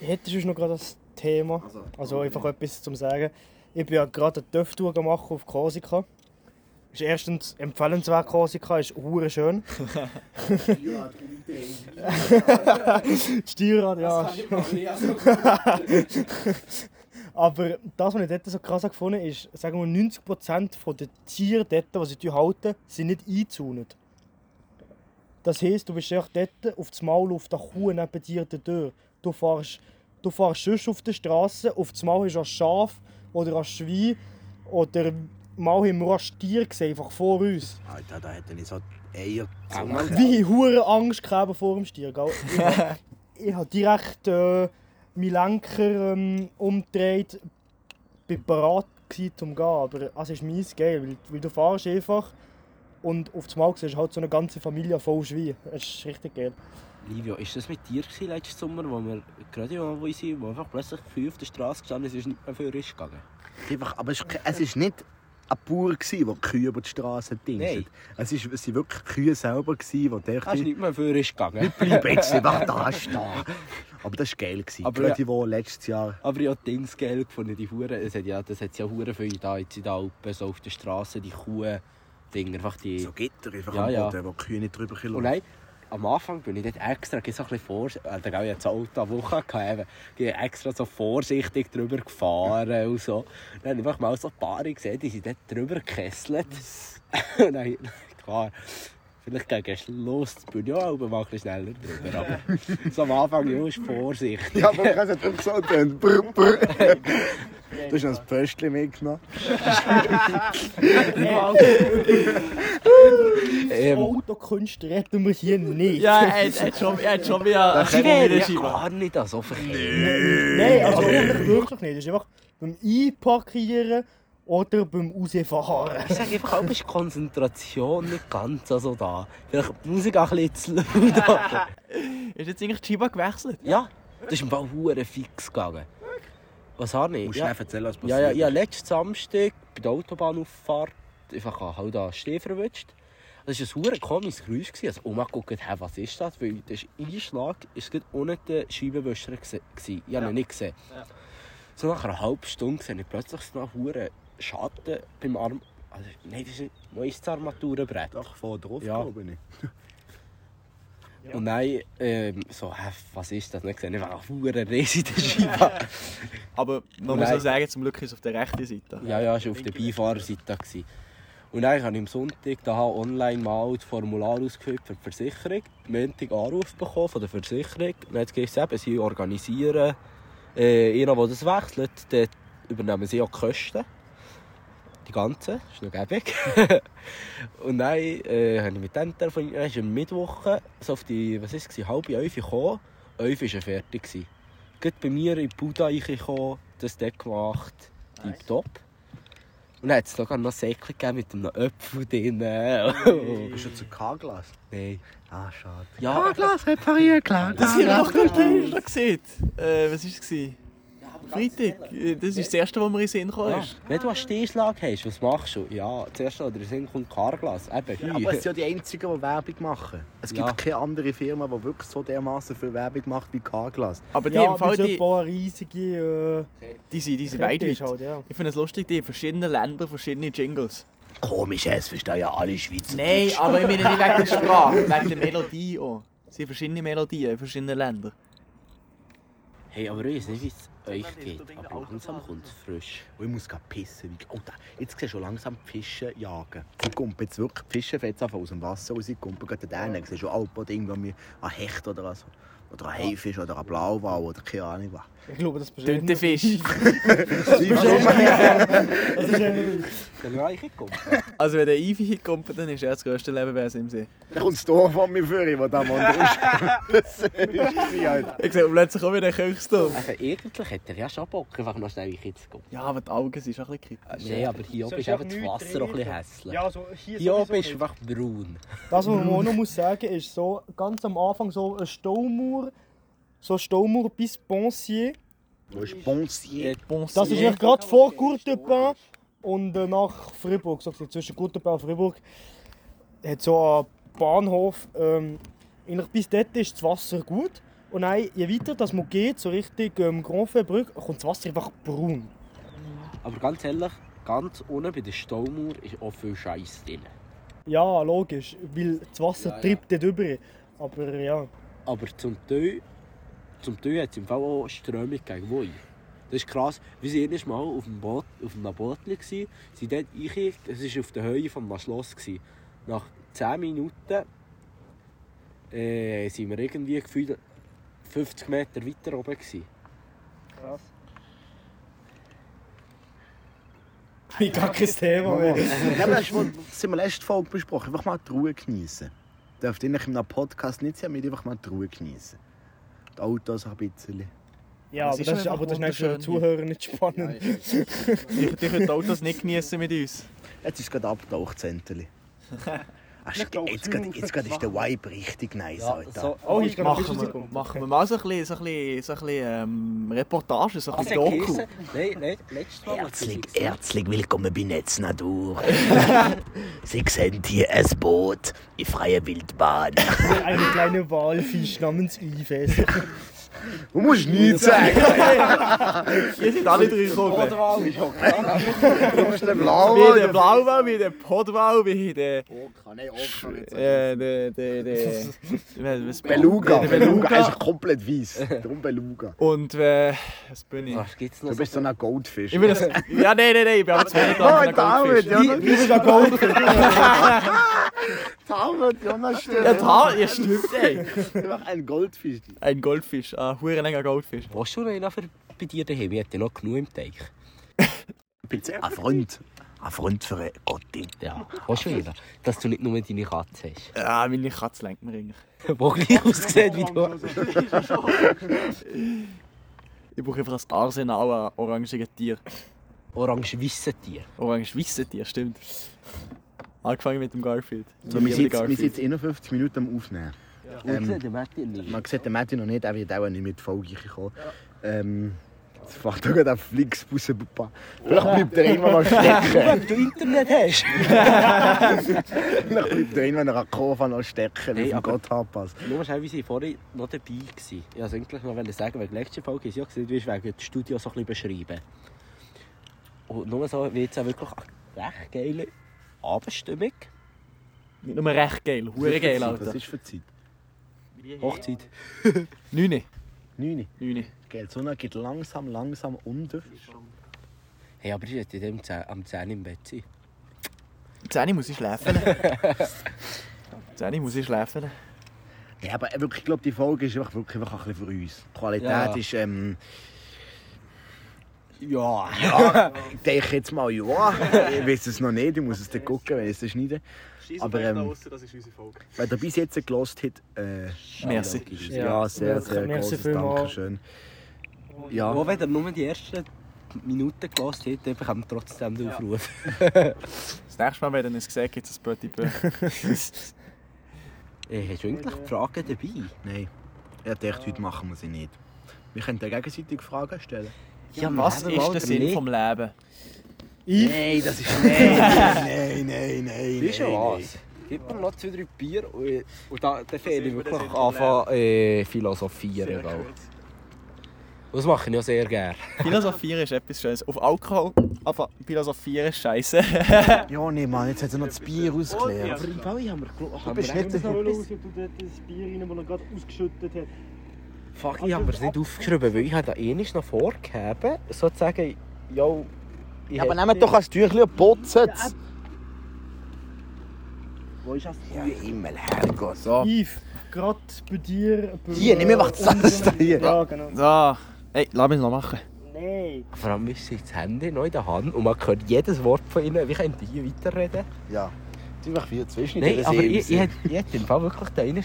F: Hättest du noch gerade das Thema? Also, einfach etwas zum Sagen. Ich bin ja gerade eine Töftour gemacht auf Korsika. Ist erstens empfehlenswert Korsika, ist hure schön. [laughs] Steuerrad, ja. [laughs] Aber das, was ich dort so krass gefunden habe, ist, sagen wir 90% der Tiere dort, die sie dort halten, sind nicht eingezäunt. Das heisst, du bist echt dort auf das Maul auf der Kuh neben dir durch. Du fährst, du fährst sonst auf der Straße, auf das Maul ist ein Schaf oder ein Schwein oder mal haben wir auch ein Stier gesehen, einfach vor uns.
C: Alter, da hätte ich so Eier
F: Wie hure Angst gehabt vor dem Stier, gell?
E: [laughs]
F: Ich, ich habe direkt äh, meinen Lenker ähm, umgedreht, bin bereit gewesen, zum gehen, aber es ist mies geil, weil, weil du fährst einfach und auf das Mal siehst du halt so eine ganze Familie voll Schwein. Es ist richtig geil.
D: Livio, ist das mit dir gewesen, letzten Sommer, wo wir gerade ja, wo ich sind, wo einfach plötzlich fünf auf der Straße gestanden sind, es ist nicht mehr viel Risch gegangen?
C: Einfach, aber es, es ist nicht ein Bauer, gewesen, der die Kühe über die Straße
D: Nein.
C: dingst. Es ist- es waren wirklich die Kühe selber, gewesen, die
D: Es ist
C: dachten,
D: nicht mehr viel Risch gegangen.
C: bleib jetzt einfach da stehen. Aber das war geil. Gewesen.
D: Aber
C: Aber
D: ja.
C: Gerade wo letztes Jahr.
D: [laughs] Aber ich habe Dings geil gefunden, die Huren, es hat ja, das hat ja Huren viele da jetzt in den Alpen, so auf der Straße, die Kuh, Dinger, einfach die...
C: So Gitter einfach
D: Ja,
C: am
D: ja.
C: Boden, wo die Kühe nicht drüber können.
D: Und nein, am Anfang bin ich nicht extra ich so ein bisschen vor, äh, da gab ich jetzt auch eine Woche gehabt, eben, ich bin extra so vorsichtig drüber gefahren und so. Dann habe ich einfach mal so Paare gesehen, die sind dort drüber gekesselt. [laughs] und dann, klar, vielleicht gegen Schluss bin ich auch mal ein bisschen schneller drüber, aber so am Anfang ja, ist Vorsicht.
C: Ja, aber ich habe es nicht so getönt. Brr, brr.
D: [laughs]
C: Du hast noch das Pöstchen mitgenommen.
E: [laughs]
D: Ähm,
F: Autokunst reden wir hier nicht.
E: [laughs] Ja, er hat- er hat schon, er hat schon wieder.
D: ich wäre ja
E: Schieber.
D: gar nicht so verkehrt.
F: Nein, also
E: Äh.
F: wirklich, wirklich nicht. Das ist einfach beim Einparkieren oder beim Rausfahren.
D: Ich sage einfach, auch ist die Konzentration nicht ganz so da. Vielleicht die Musik auch ein bisschen zu laut. aber-
E: Ist jetzt eigentlich Chiba gewechselt?
D: Ja, das ist im Fall hure fix gegangen. Was habe ich?
C: Musst
D: Ja,
C: schnell erzählen, was passiert
D: ja, ja, ja,
C: ist.
D: letzten Samstag bei der Autobahnauffahrt einfach halt da Stehen verwischt. Das war ein hure komisches Geräusch. gewesen. Also Oma guckt, hä, was ist das? Weil das ist ein Schlag ist gerade ohne den Scheibenwischer. gse- gsi. Ich habe ihn nicht gesehen. So nach einer halben Stunde sehe ich plötzlich so einen hure Schatten beim Arm Also, nein, das ist ein neues Armaturenbrett.
C: Doch, von drauf,
D: Ja.
C: glaube ich.
D: Und dann, ähm, so, hä, was ist das? Dann sehe ich, wow, eine riesige Scheibe.
E: Aber man muss
D: Nein.
E: auch sagen, zum Glück ist es auf der rechten Seite.
D: ja, ja, war auf der Beifahrerseite. Gewesen. Und dann habe ich am Sonntag da online mal das Formular ausgefüllt für die Versicherung. Am Montag Anruf bekommen von der Versicherung. Und jetzt gibt es eben, sie organisieren, äh, jeder, der das wechselt, dort übernehmen sie auch die Kosten. Die ganzen, ist noch gäbig. [laughs] Und dann äh, habe ich mit dem telefoniert, dann ist am Mittwoch so auf die, was ist es, halbe elf gekommen. Elf war er fertig. gewesen. Gerade bei mir in die Buda reingekommen, das dort gemacht, tipptopp. Und dann hat es sogar noch ein Säckchen gegeben mit einem Apfel drin.
C: Du bist schon zu K-Glas.
D: Nein.
C: Ah, schade.
D: Ja,
C: Glas repariert, klar.
E: Das haben wir doch gerade gestern gesehen. Äh, was war es? Freitag. Äh, Das ist das erste, was mir in den Sinn kam.
D: ja. Wenn du einen Stehschlag hast, was machst du? Ja, zuerst oder dann kommt Karglas. Eben, ja,
C: Aber es sind ja die einzigen, die Werbung machen. Es gibt
D: Ja.
C: keine andere Firma, die wirklich so dermaßen viel Werbung macht wie K-Glas.
E: Aber die,
F: Ja,
E: haben im Fall,
F: aber so ein
E: die,
F: paar riesige
E: die sind, die
F: äh,
E: sind weit
F: Kette ist
E: weit.
F: halt, ja.
E: Ich finde es lustig, die haben verschiedene Länder verschiedene Jingles.
C: Komisch, es verstehen ja alle Schweizer.
E: [laughs] Nein, aber ich meine nicht wegen der Sprache, wegen der Melodie auch. Es sind verschiedene Melodien in verschiedenen Ländern.
D: Hey, aber ich weiß nicht, wie es euch geht. Aber langsam kommt es frisch.
C: Und Oh, ich muss gerade pissen. wie- Alter, jetzt siehst du schon langsam die Fische jagen. Die kumpen jetzt wirklich, die Fische fällt einfach aus dem Wasser raus, die kumpen gerade den Dann siehst du Alpo, irgendwann wie ein Hecht oder was. Oder ein Haifisch oder ein Blauwal oder keine Ahnung was.
F: Ich glaube, das beschreibt
E: Dünner Fisch.
F: Das ist ein
D: Dann habe ich gekommen.
E: Also wenn der Ivy hinkommt, dann ist er das grösste Lebewesen im See.
C: Da kommt das Dorf von mir vor, wo da [laughs] mal ist. Das ist halt.
E: Ich sehe plötzlich auch wieder einen Köchsturm.
D: Also, eigentlich hätte er ja schon Bock, einfach noch schnell in die Kitze zu gehen.
E: Ja, aber die Augen sind schon ein bisschen kritisch.
D: Nein, aber hier oben
F: Sonst
D: ist eben
F: auch
D: das
F: nichts
D: Wasser auch ein bisschen
F: reden.
D: hässlich.
F: Ja, also hier
D: hier
F: sowieso
D: oben ist
F: nicht.
D: einfach braun.
F: Das, was man auch noch muss sagen ist, so, ganz am Anfang so ein Staumauer, so eine Staumauer bis Poncier.
C: Wo ist Bonsier?
F: Das ist echt gerade vor Courtepin und äh, nach Fribourg. So, gesehen, zwischen Courtepin und Fribourg hat so einen Bahnhof. Ähm, eigentlich bis dort ist das Wasser gut. Und dann, je weiter das man geht, so Richtung ähm, Gronfebrück, kommt das Wasser einfach braun.
D: Aber ganz ehrlich, ganz unten bei der Staumauer ist auch viel Scheiß drin.
F: Ja, logisch, weil das Wasser
D: Ja, ja.
F: treibt dort drüber. Aber ja, [laughs]
D: Aber zum Teil, zum Teil hat es im Fall auch Strömung gegen Woi. Das ist krass. Wir waren jedes Mal auf dem Boot, auf einem Boot, gewesen, sind dort eingekicht, es war auf der Höhe des Schloss. Gewesen. Nach 10 Minuten äh, sind wir irgendwie gefühlt 50 Meter weiter oben. Gewesen.
F: ich gar kein Thema mehr.
C: Ja, aber das, ist, was- das haben wir letzte Folge besprochen. Einfach mal die Ruhe genießen. Dürft ihr nicht in einem Podcast nicht sein, wir einfach mal die Ruhe genießen. Die Autos ein bisschen.
F: Ja,
E: Es
F: aber
E: ist
F: das, ist,
E: einfach
F: aber das ist nicht für den
E: wunderschön
F: Zuhörer nicht spannend.
E: Ich die können die Autos nicht genießen mit uns.
C: Jetzt ist es gerade abgetaucht, [laughs] Zenterli. Jetzt gerade jetzt gerade ist der Vibe richtig nice, Alter.
F: Oh, ich glaube,
E: Machen wir, machen wir mal so ein bisschen, so ein bisschen, so ein bisschen ähm, Reportage, so ein bisschen [laughs] Doku.
D: Doku. Nein, nein, letztes Mal. was
C: Herzlich,
D: ich gesehen
C: herzlich willkommen bei [laughs] Netznatur. Sie sehen hier ein Boot in freier Wildbahn.
F: Eine kleine Walfisch namens Ives.
C: Du musst [laughs] nichts sagen.
E: Ihr seid alle drei gekommen.
C: Du musst den
E: Wie der
C: blauen.
E: Blauwal, wie der Podwal, wie der...
C: Nein,
E: Äh, der... der... der... der- was-
C: Beluga.
E: Der
C: Beluga
E: Beluga.
C: ist komplett weiß. Darum Beluga.
E: Und äh, was bin ich?
D: Was gibt's noch?
C: Du bist so ein Goldfisch.
E: Ich bin das. Ja, nein, nein, nein, ich bin aber zwei
C: Oh,
E: Tage
C: David,
E: Goldfisch.
C: Jonas.
F: Wie ist der Gold?
C: David, Jonas,
E: Ja,
C: stimmt.
E: da, ja, stimmt, ey.
C: Ein Goldfisch.
E: Ein Goldfisch, ein hurenlanger Goldfisch.
D: Willst du noch einen für bei dir daheim? Ich hätte noch genug im Teich.
C: Ein Freund. Ein Freund für eine Gottin.
D: Ja, willst du einen? Dass du nicht nur deine Katze hast.
E: Ja, meine Katze lenkt mir eigentlich.
D: Wo gleich aussieht wie du.
E: Ich brauche einfach ein Arsenal an orangigen Tier.
D: orange-weiße Tier.
E: Orange-weiße Tier, stimmt. Ah, Angefangen mit dem Garfield.
C: So, wir, sind jetzt, wir sind jetzt 51 Minuten am Aufnehmen. Ähm, man sieht den Matti noch nicht, er wird auch nicht mit Folge kommen. Ähm, jetzt fährt er gerade auf Flixbussen. Papa. Vielleicht bleibt er irgendwann mal stecken.
D: Wenn du Internet hast.
C: [laughs] Vielleicht bleibt er irgendwann an Kova noch stecken.
D: Hey,
C: Hey, auf
D: aber-
C: Gott Pass.
D: Nur schnell, wir waren vorhin noch dabei. Gewesen. Ich wollte eigentlich noch wollte sagen, wegen der letzten Folge ist ja gesehen, wie ich wegen des Studios so ein bisschen beschreiben. Und nur so, wie jetzt auch wirklich recht geile Abendstimmung.
E: Nicht nur recht geil, hure geil,
C: Das
E: Alter.
C: ist für die Zeit.
D: Hochzeit.
E: Neune.
C: Neun.
E: Neune.
C: Die Sonne geht langsam, langsam unter.
D: Hey, aber ich hätte in dem Zeh- am 10 im Bett sein.
E: Zähne muss ich schlafen. [laughs] Zähne muss ich schlafen.
C: Ja, aber wirklich, ich glaube, die Folge ist einfach wirklich einfach ein bisschen für uns. Die Qualität
D: Ja.
C: ist, ähm,
D: Ja.
C: ich denke jetzt mal, ja, ich weiß es noch nicht, ich muss es dann gucken, wenn ich es dann schneide. Aber ähm,
E: das ist unsere Folge.
C: wenn ihr bis jetzt gelost habt, äh,
E: Merci.
C: ja, sehr, sehr
F: Merci
C: großes
F: vielmals.
C: Dankeschön. Ja,
D: Auch wenn ihr nur die ersten Minuten gelassen habt, dann bekommt ihr trotzdem den Aufruf.
E: Das nächste Mal, wenn ihr es seht, gibt es ein Petit Peu. [laughs]
D: Hey, hast du eigentlich Fragen dabei?
C: nein, ich dachte, heute machen wir sie nicht. Wir können ja gegenseitig Fragen stellen.
D: Ja,
E: Was
D: Leben
E: ist
D: oder
E: der Sinn
D: nicht?
E: vom Leben?
C: Nein, das ist. Nein, nein, nein, nein.
D: Weißt du
C: nein,
D: was? Gib mir noch zwei, drei Bier und, und da, dann fange ich wirklich anfangen äh, philosophieren. gell? Das mache ich ja sehr gerne.
E: Philosophieren ist etwas Schönes. Auf Alkohol, aber Philosophieren ist scheiße.
C: nein. Ja, nee, Mann, jetzt hat er noch das Bier ausgeleert.
D: Im Fall haben wir gelogen.
C: Du bist nicht
F: Ich
C: so.
F: habe das Bier rein, das er gerade ausgeschüttet hat.
D: Fuck, ich habe mir nicht aufgeschrieben, weil ich habe da eh nicht noch vorgegeben, sozusagen, yo, ich
C: Aber
D: hätte-
C: nehmt doch ein Tüchlein und putzt es.
D: Wo ist das?
C: Ja, Himmel, Herrgott. So.
F: Yves, gerade bei dir. Bei,
C: Hier, nimm einfach
F: äh,
C: das alles da hier.
F: Ja, genau.
E: [laughs] So. Ey, lass mich noch machen.
F: Nein.
D: Vor allem ist das Handy noch in der Hand und man hört jedes Wort von ihnen. Wie können die hier weiterreden?
C: Ja. Du machst viel zwischen
D: Nein, aber ich, ich, hätte- ich hätte im Fall wirklich den einen,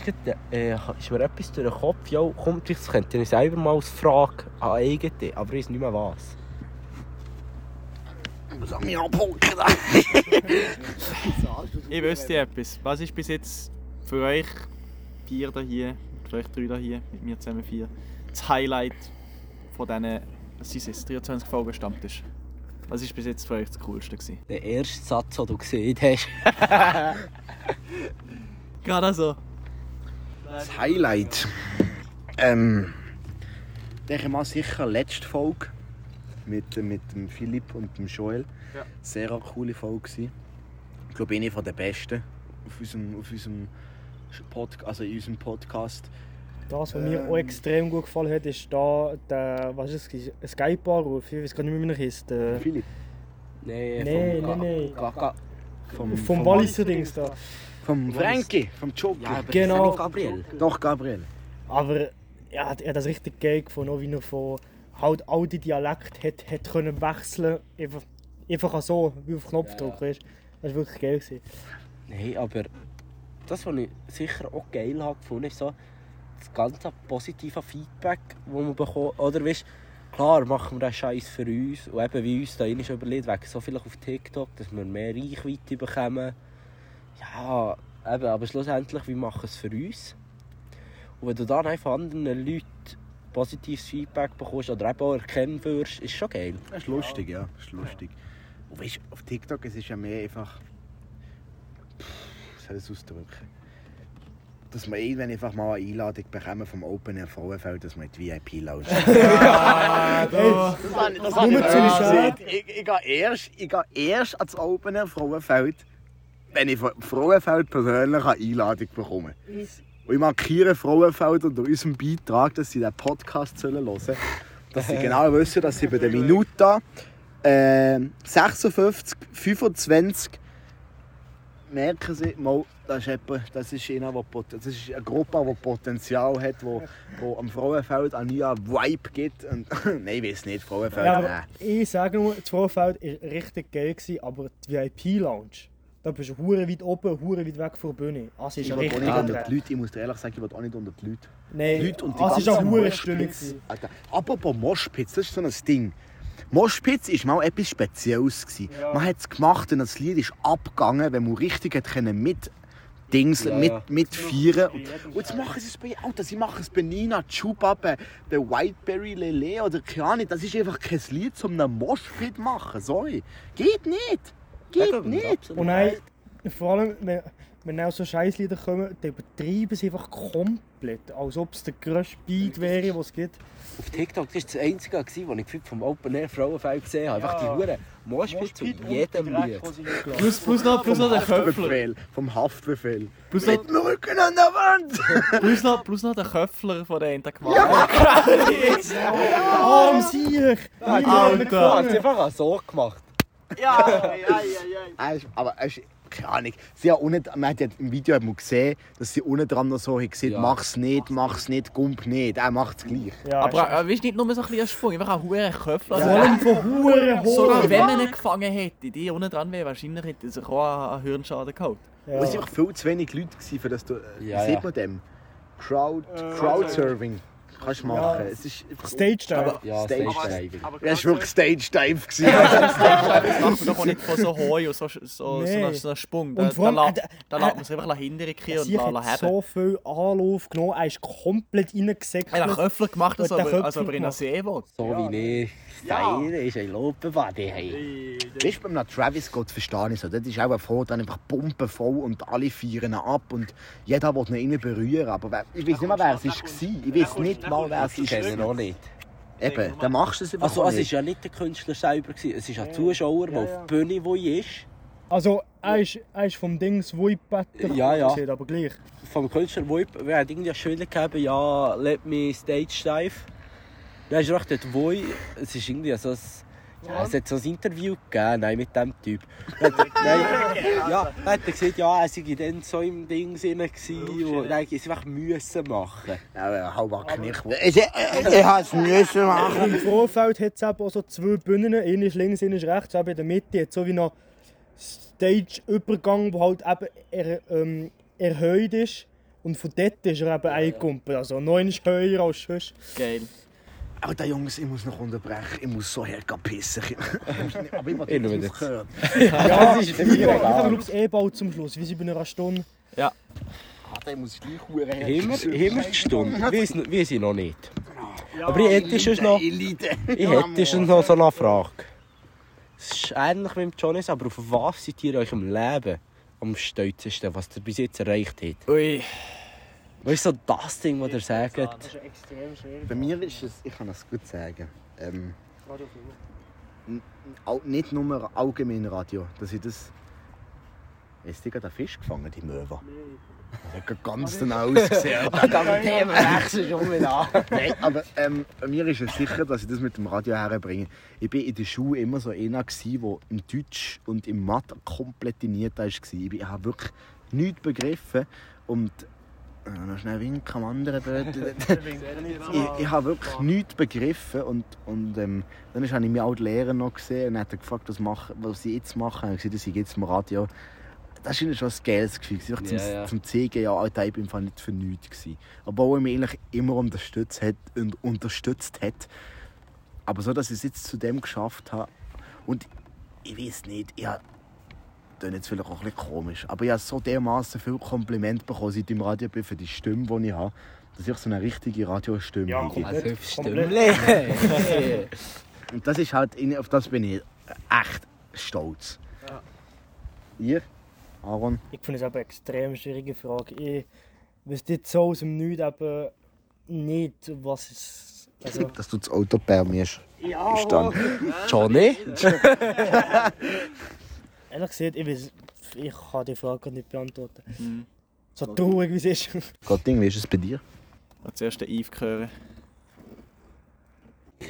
D: äh, ist mir etwas durch den Kopf, ja, kommt, das könnte ich selber mal als Frage an eigene, aber ich weiß nicht mehr was.
E: Ich wüsste etwas. Was ist bis jetzt für euch vier da hier, für euch drei da hier, mit mir zusammen vier, das Highlight von diesen, was sind es, 23 Folgen Stammtisch? Was ist bis jetzt für euch das Coolste gewesen?
D: Der erste Satz, den du gesehen hast.
E: Gerade so.
C: Das Highlight. Ähm. Denke mal sicher letzte Folge. Mit, mit dem Philipp und dem Joel. Sehr eine coole Folge. Gewesen. Ich glaube, eine von der besten auf unserem, auf unserem, Pod, also in unserem Podcast.
F: Das, was
C: Ähm.
F: mir auch extrem gut gefallen hat, ist da der, was ist es, Skype-Anruf. Ich weiß gar nicht mehr, wie er heißt. Äh,
C: Philipp.
D: Nein,
F: Nein,
D: vom-
F: nein, nein.
D: Ga- ga-
C: Vom,
F: Vom Walliser Dings da.
C: Vom Frankie, vom Joker.
D: Ja, aber
F: Genau.
D: das ist ja nicht Gabriel.
C: Doch, Gabriel.
F: Aber er hat, er hat das richtig geil gefunden, auch wie er von halt all die Dialekte hat, hat können wechseln Einfach, einfach so, wie auf Knopfdruck. weißt du. Das war wirklich geil. Gewesen.
D: Nein, aber das, was ich sicher auch geil habe gefunden, ist so das ganze positive Feedback, das wir bekommen. Oder weißt klar machen wir den Scheiß für uns. Und eben wie uns da ist überlegt, wegen so vielleicht auf TikTok, dass wir mehr Reichweite bekommen. Ja, eben, aber schlussendlich, wir machen es für uns. Und wenn du dann einfach von anderen Leuten positives Feedback bekommst oder eben auch erkennen wirst, ist schon geil.
C: Das ist lustig, ja. Das ist lustig. Und weißt du, auf TikTok es ist ja mehr einfach. Pff, wie soll ich es ausdrücken? Dass wir irgendwann einfach mal eine Einladung bekommen vom Open Air VfL, dass wir in die VIP-Lounge Das habe ich, das habe ich nicht gesehen. Ich, ich gehe erst, ich gehe erst ans Open Air Frauenfeld, wenn ich von Frauenfeld persönlich eine Einladung bekomme. Und ich markiere Frauenfeld unter unserem Beitrag, dass sie den Podcast hören sollen. Dass [laughs] sie genau wissen, dass sie bei der Minute äh, 56, 25 merken sie, mal, das ist, jemand, das, ist einer, der, pot- das ist eine Gruppe, die Potenzial hat, die wo am Frauenfeld einen neuen Vibe gibt. Und, [laughs] nein, ich weiß nicht, Frauenfeld,
F: Ja,
C: nein.
F: aber ich sage nur, das Vorfeld war richtig geil, gewesen, aber die VIP-Lounge, da bist du hure weit oben, hure weit weg von der Bühne. Das ist
C: Ich
F: ja
C: will auch
F: richtig
C: nicht unter
F: geil.
C: die Leute, ich muss dir ehrlich sagen, ich will auch nicht unter die Leute.
F: Nein,
C: Leute und die
F: das ist ja
C: ganzen
F: hure
C: Moshpits.
F: still. gewesen.
C: Alter, apropos Moschpitz, das ist so ein Ding. Moschpitz war mal etwas Spezielles. gewesen. Man hat es gemacht und das Lied ist abgegangen, wenn man richtig hat können mit Dings,
D: Ja, ja.
C: mit, mit
F: Genau.
C: feiern. Und jetzt machen sie es bei Alter, sie machen es bei Nina Chuba, bei, bei Whiteberry Lele oder keine Ahnung. Das ist einfach kein Lied zum einem Moschpit machen, sorry. Geht nicht! Geht nicht!
F: Und nein, vor allem, wenn- wenn auch so Scheißlieder kommen, die übertreiben sie einfach komplett. Als ob es der grösste Beat wäre, den es gibt.
D: Auf TikTok das war das einzige, gewesen, was ich gefühlt vom Open Air Frauenfeld gesehen habe. Einfach die Huren. Moshpit zu jedem Lied.
E: Plus, plus noch, plus noch der Köpfler.
C: Befehl, vom Haftbefehl.
E: Plus noch,
C: Mit dem Rücken an der Wand!
E: plus noch, plus noch der Köpfler von der Enterqual.
F: Arm Sieg!
D: Alter! Sie einfach so gemacht.
C: Er ist- Ah, Aber er ist, keine Ahnung. Sie hat unten, man hat ja im Video hat man gesehen, dass sie unten dran noch so gesagt
D: Ja.
C: mach's nicht, mach's nicht, gump nicht. Er macht's gleich.
F: Ja,
E: Aber äh, weißt du, nicht nur so ein kleiner Sprung, einfach ein hoher Köpfler.
F: vor allem von Huren
E: Sogar
F: hoch.
E: wenn man ihn gefangen hätte, die unten dran wäre, wahrscheinlich hätte er sich auch einen Hirnschaden geholt.
C: Ja. Es
F: Ja.
C: waren viel zu wenig Leute, gewesen, für das du. äh, Wie
D: Ja,
C: sieht
D: ja.
C: man dem? Crowd, Crowdserving. Kannst du machen. Es ist einfach.
F: Stage Dive.
D: Ja,
C: Stage
D: Stage-Diving.
C: Es war wirklich Stage Dive. gewesen.
E: Das macht man doch auch nicht von so hoch und so, so, so,
F: Nee.
E: so, so einem Sprung. Da,
F: Und vor allem,
E: da, la-
F: äh, da-
E: da lässt man sich einfach hinterkriegen und
F: Sieg
E: lassen
F: hat
E: haben. So
F: so viel Anlauf genommen, er ist komplett reingesackt.
E: er hat einen Köpfler gemacht, als
F: Hat
E: ob
F: den
E: er- als ob
F: Köpfler
E: er in einen See will.
D: So wie ich. Seine ist ein Lopenbody. Hey.
C: Weißt du, bei einem Travis Scott verstehe ich so. Das ist auch froh, dann einfach pumpenvoll und alle feiern ihn ab und jeder will ihn rein berühren. Aber wer- ich weiß nicht mal, wer es war. Ich weiß nicht mal, wer es
D: Ich kenne ihn
C: war.
D: noch nicht.
C: Eben, dann machst du es einfach
D: Also, es war
C: nicht.
D: ja nicht der Künstler selber, gewesen. es war ein Zuschauer, der auf der Bühne wo ich ist.
F: Also, er ist, er ist vom Dings Wuipetter
D: Ja, ja.
F: gewesen, aber gleich.
D: vom Künstler, wo ich, wir haben irgendwie eine Schule gegeben, ja, let me stage steif. Dann hast du gedacht, dort, wo ich, es ist irgendwie so ein, ja, es hat so ein Interview gegeben, nein, mit dem Typ. Dann hat er- nein,
F: [laughs]
D: ja, dann hat er gesagt, ja, er sei dann so im Ding drin
F: Oh,
D: gewesen, und dann hätte ich es einfach müssen machen.
C: Ja, ja, hau mal Knick. Ich, ich, ich hab's müssen machen.
F: Im Vorfeld hat es eben auch so zwei Bühnen, eine ist links, eine ist rechts, eben in der Mitte hat so wie noch Stage-Übergang, der halt eben er, ähm, erhöht ist. Und von dort ist er eben eingekumpelt, also neun ist höher als sonst.
E: Geil.
C: Alter Jungs, ich muss noch unterbrechen. Ich muss so hergehen pissen. Aber ich will
D: Ich schau
C: nicht
D: jetzt.
C: aufhören.
F: Ja, das ist ich glaube, es eh bald zum Schluss, wir sind bei einer Stunde.
C: Alter, ich Ah, muss gleich huren
D: Immer, immer die Stunde, wie sie noch nicht. Aber ich hätte schon noch, ich hätte schon noch so eine Frage. Es ist ähnlich wie im Jonas, aber auf was seid ihr euch im Leben am stolzesten, was ihr bis jetzt erreicht habt?
E: Ui.
D: Weißt du, so das Ding, was ihr sagt?
C: Bei mir ist es, ich kann das gut sagen, ähm, n- n- au- nicht nur allgemein Radio, dass ich das... Hast du gerade einen Fisch gefangen, die Möwe? Das hat gerade ganz danach ausgesehen. [laughs] Nein, aber ähm, bei mir ist es sicher, dass ich das mit dem Radio herbringe. Ich bin in der Schule immer so einer, gewesen, der im Deutsch und im Mathe komplett diniert war. Ich bin- ich habe wirklich nichts begriffen. Und äh, noch schnell winken am anderen dort. ich, ich habe wirklich nichts begriffen. Und, und ähm, dann habe ich mich auch die Lehrer noch gesehen und hat er gefragt, was, machen, was sie jetzt machen. Und ich habe gesagt, sie jetzt im Radio. Das war schon ein geiles Gefühl. Ich zum,
D: Ja, ja.
C: zum zeigen, ja, Alter, ich bin im Fall nicht für nichts. Gewesen. Obwohl er mich eigentlich immer unterstützt hat, und unterstützt hat. Aber so, dass ich es jetzt zu dem geschafft habe. Und ich weiß nicht, ich habe das jetzt vielleicht auch ein bisschen komisch, aber ich habe so dermaßen viel Kompliment bekommen, seit ich im Radio bin, für die Stimme, die ich habe, dass ich so eine richtige Radiostimme
F: Ja,
C: habe.
F: komplett.
D: Also,
F: Komplett.
D: Stimmle!
C: Und das ist halt, auf das bin ich echt stolz. Ihr, Aaron,
F: Ich finde es eben eine extrem schwierige Frage. Ich wüsste jetzt so aus dem Nichts eben nicht, was es... Also,
C: dass du das Auto bei mir hast. Ja,
D: Johnny?
F: Ehrlich gesagt, ich, weiß, ich kann die Frage gerade nicht beantworten. So traurig wie es ist. [laughs]
C: Gott, Ding, wie ist es bei dir?
E: Als zuerst den Eve gehört.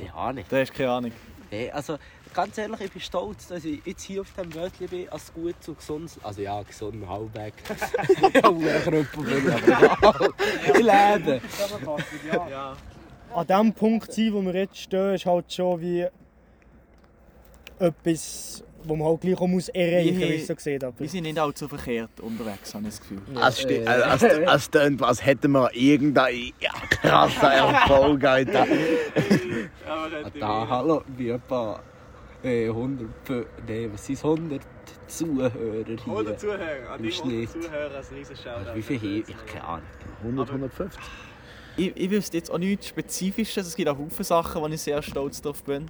D: Ja, nicht.
E: Da hast du keine Ahnung.
D: Nee, also, ganz ehrlich, ich bin stolz, dass ich jetzt hier auf diesem Wörtchen bin, als gutes und gesundes. Also, ja, gesund, [laughs] halbweg. ja, ein Krüppel bin ich, aber egal. Ich lebe.
F: An dem Punkt sein, wo wir jetzt stehen, ist halt schon wie etwas, wo man halt gleich auch muss erreichen muss,
E: Wir-
F: wie es so sieht. Aber
E: Wir sind nicht allzu verkehrt unterwegs, habe ich das Gefühl.
C: Es ste- äh, es- es tönt, als hätten wir irgendeinen ja, krassen Erfolg, Alter.
D: Ah, Da, hallo, wir ein paar äh, 100, Pö- nee, was sind 100 Zuhörer hier? 100 Zuhörer, an die 100 Zuhörer, ein riesen Wie viel hier? Ich keine Ahnung.
C: 100, 150.
E: Ich, ich wüsste jetzt auch nichts Spezifisches. Es gibt auch Haufen Sachen, wo ich sehr stolz drauf bin.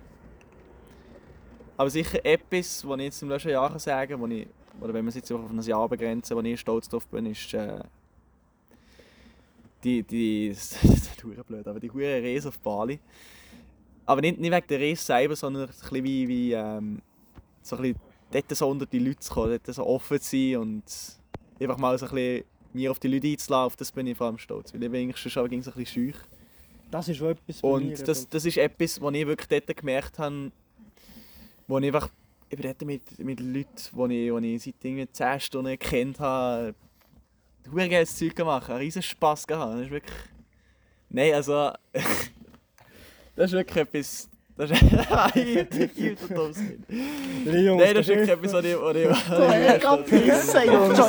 E: Aber sicher etwas, was ich jetzt im letzten Jahr kann sagen kann, wo ich oder wenn wir es jetzt auf ein Jahr begrenzen, wo ich stolz drauf bin, ist äh, die, die, [laughs] das ist hure blöd, aber die hure Reise auf Bali. Aber nicht, nicht wegen der Reise selber, sondern ein bisschen wie, wie ähm, so ein bisschen dort so unter die Leute zu kommen, dort so offen zu sein und einfach mal so ein bisschen mir auf die Leute einzulassen, auf das bin ich vor allem stolz, weil ich bin eigentlich schon schon ein bisschen schüch.
F: Das ist schon etwas bei mir,
E: Und das, das ist etwas, was ich wirklich dort gemerkt habe, wo ich einfach ich bin dort mit, mit Leuten, die ich, wo ich seit irgendwie 10 Stunden kennt habe, ein geiles Zeug gemacht, einen riesen Spass gehabt. Das ist wirklich... Nein, also... [laughs] das ist wirklich etwas... Das ist... [laughs] Nein, du dummes Kind.
F: Drei Jungs,
E: Nein, das ist
F: der
E: wirklich
F: Chef.
E: etwas, was ich... Was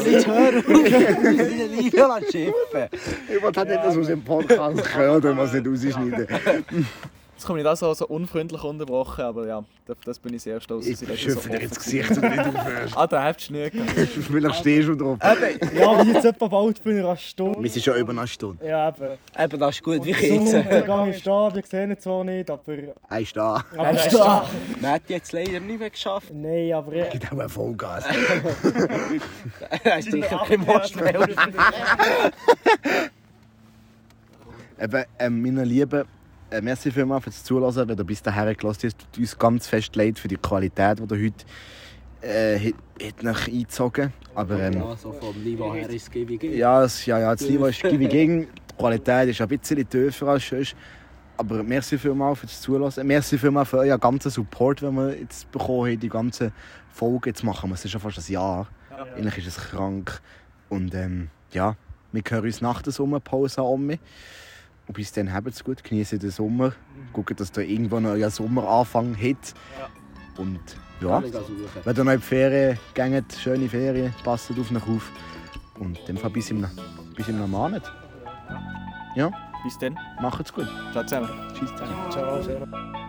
E: ich, was ich
D: [laughs]
C: Ich wollte halt nicht, dass aus dem Podcast gehört und was nicht rausschneiden.
E: jetzt komme ich da so, so unfreundlich unterbrochen, aber ja, das, das bin ich sehr stolz. dass
C: Ich
E: das
C: schöpfe
E: so
C: dir ins Gesicht und nicht aufhörst.
E: offen- Ah, da habt ihr nicht gehabt.
C: Vielleicht stehst du drauf.
F: Ja, wenn jetzt jemand bald bin, ich rasch stumm.
C: Wir sind schon über eine Stunde.
F: Ja, eben.
D: Eben, das ist gut, wie
F: So
D: ich jetzt. äh,
F: Untergang ist da, wir sehen ihn zwar nicht, aber...
C: Er ist da.
F: aber er ist da.
D: Man hat jetzt leider nicht mehr geschafft.
F: Nein, aber... ich-
C: Gibt auch ein Vollgas.
D: Er ist sicher kein Moschel.
C: Eben, ähm, meine Lieben, äh, merci vielmals fürs Zuhören, wenn du bis dahin gelassen hast. Tut uns ganz fest leid für die Qualität, die du heute äh, hat, hat noch eingezogen Aber ähm,
G: Ja, so vom Niveau her ist es gäbig.
C: ja, es- ja, ja, das Niveau ist gegen gegen. Die Qualität ist ein bisschen tiefer als sonst. Aber merci vielmals fürs Zuhören. Merci vielmals für euren ganzen Support, den wir jetzt bekommen haben, die ganzen Folgen. Jetzt machen wir es schon fast ein Jahr. Eigentlich ist es krank. Und ähm, ja, wir hören uns nach der Sommerpause an. Omi. Und bis dann habt es gut, genießt den Sommer. Schaut, dass ihr irgendwann euren Sommeranfang habt. Und ja, wenn ihr noch in die Ferien geht, schöne Ferien, passt auf euch auf. Und in dem Fall bis im, bis im Monat.
E: Bis dann.
C: Macht's gut.
E: Ciao zusammen.
C: Tschüss zusammen.
F: Ciao, ciao.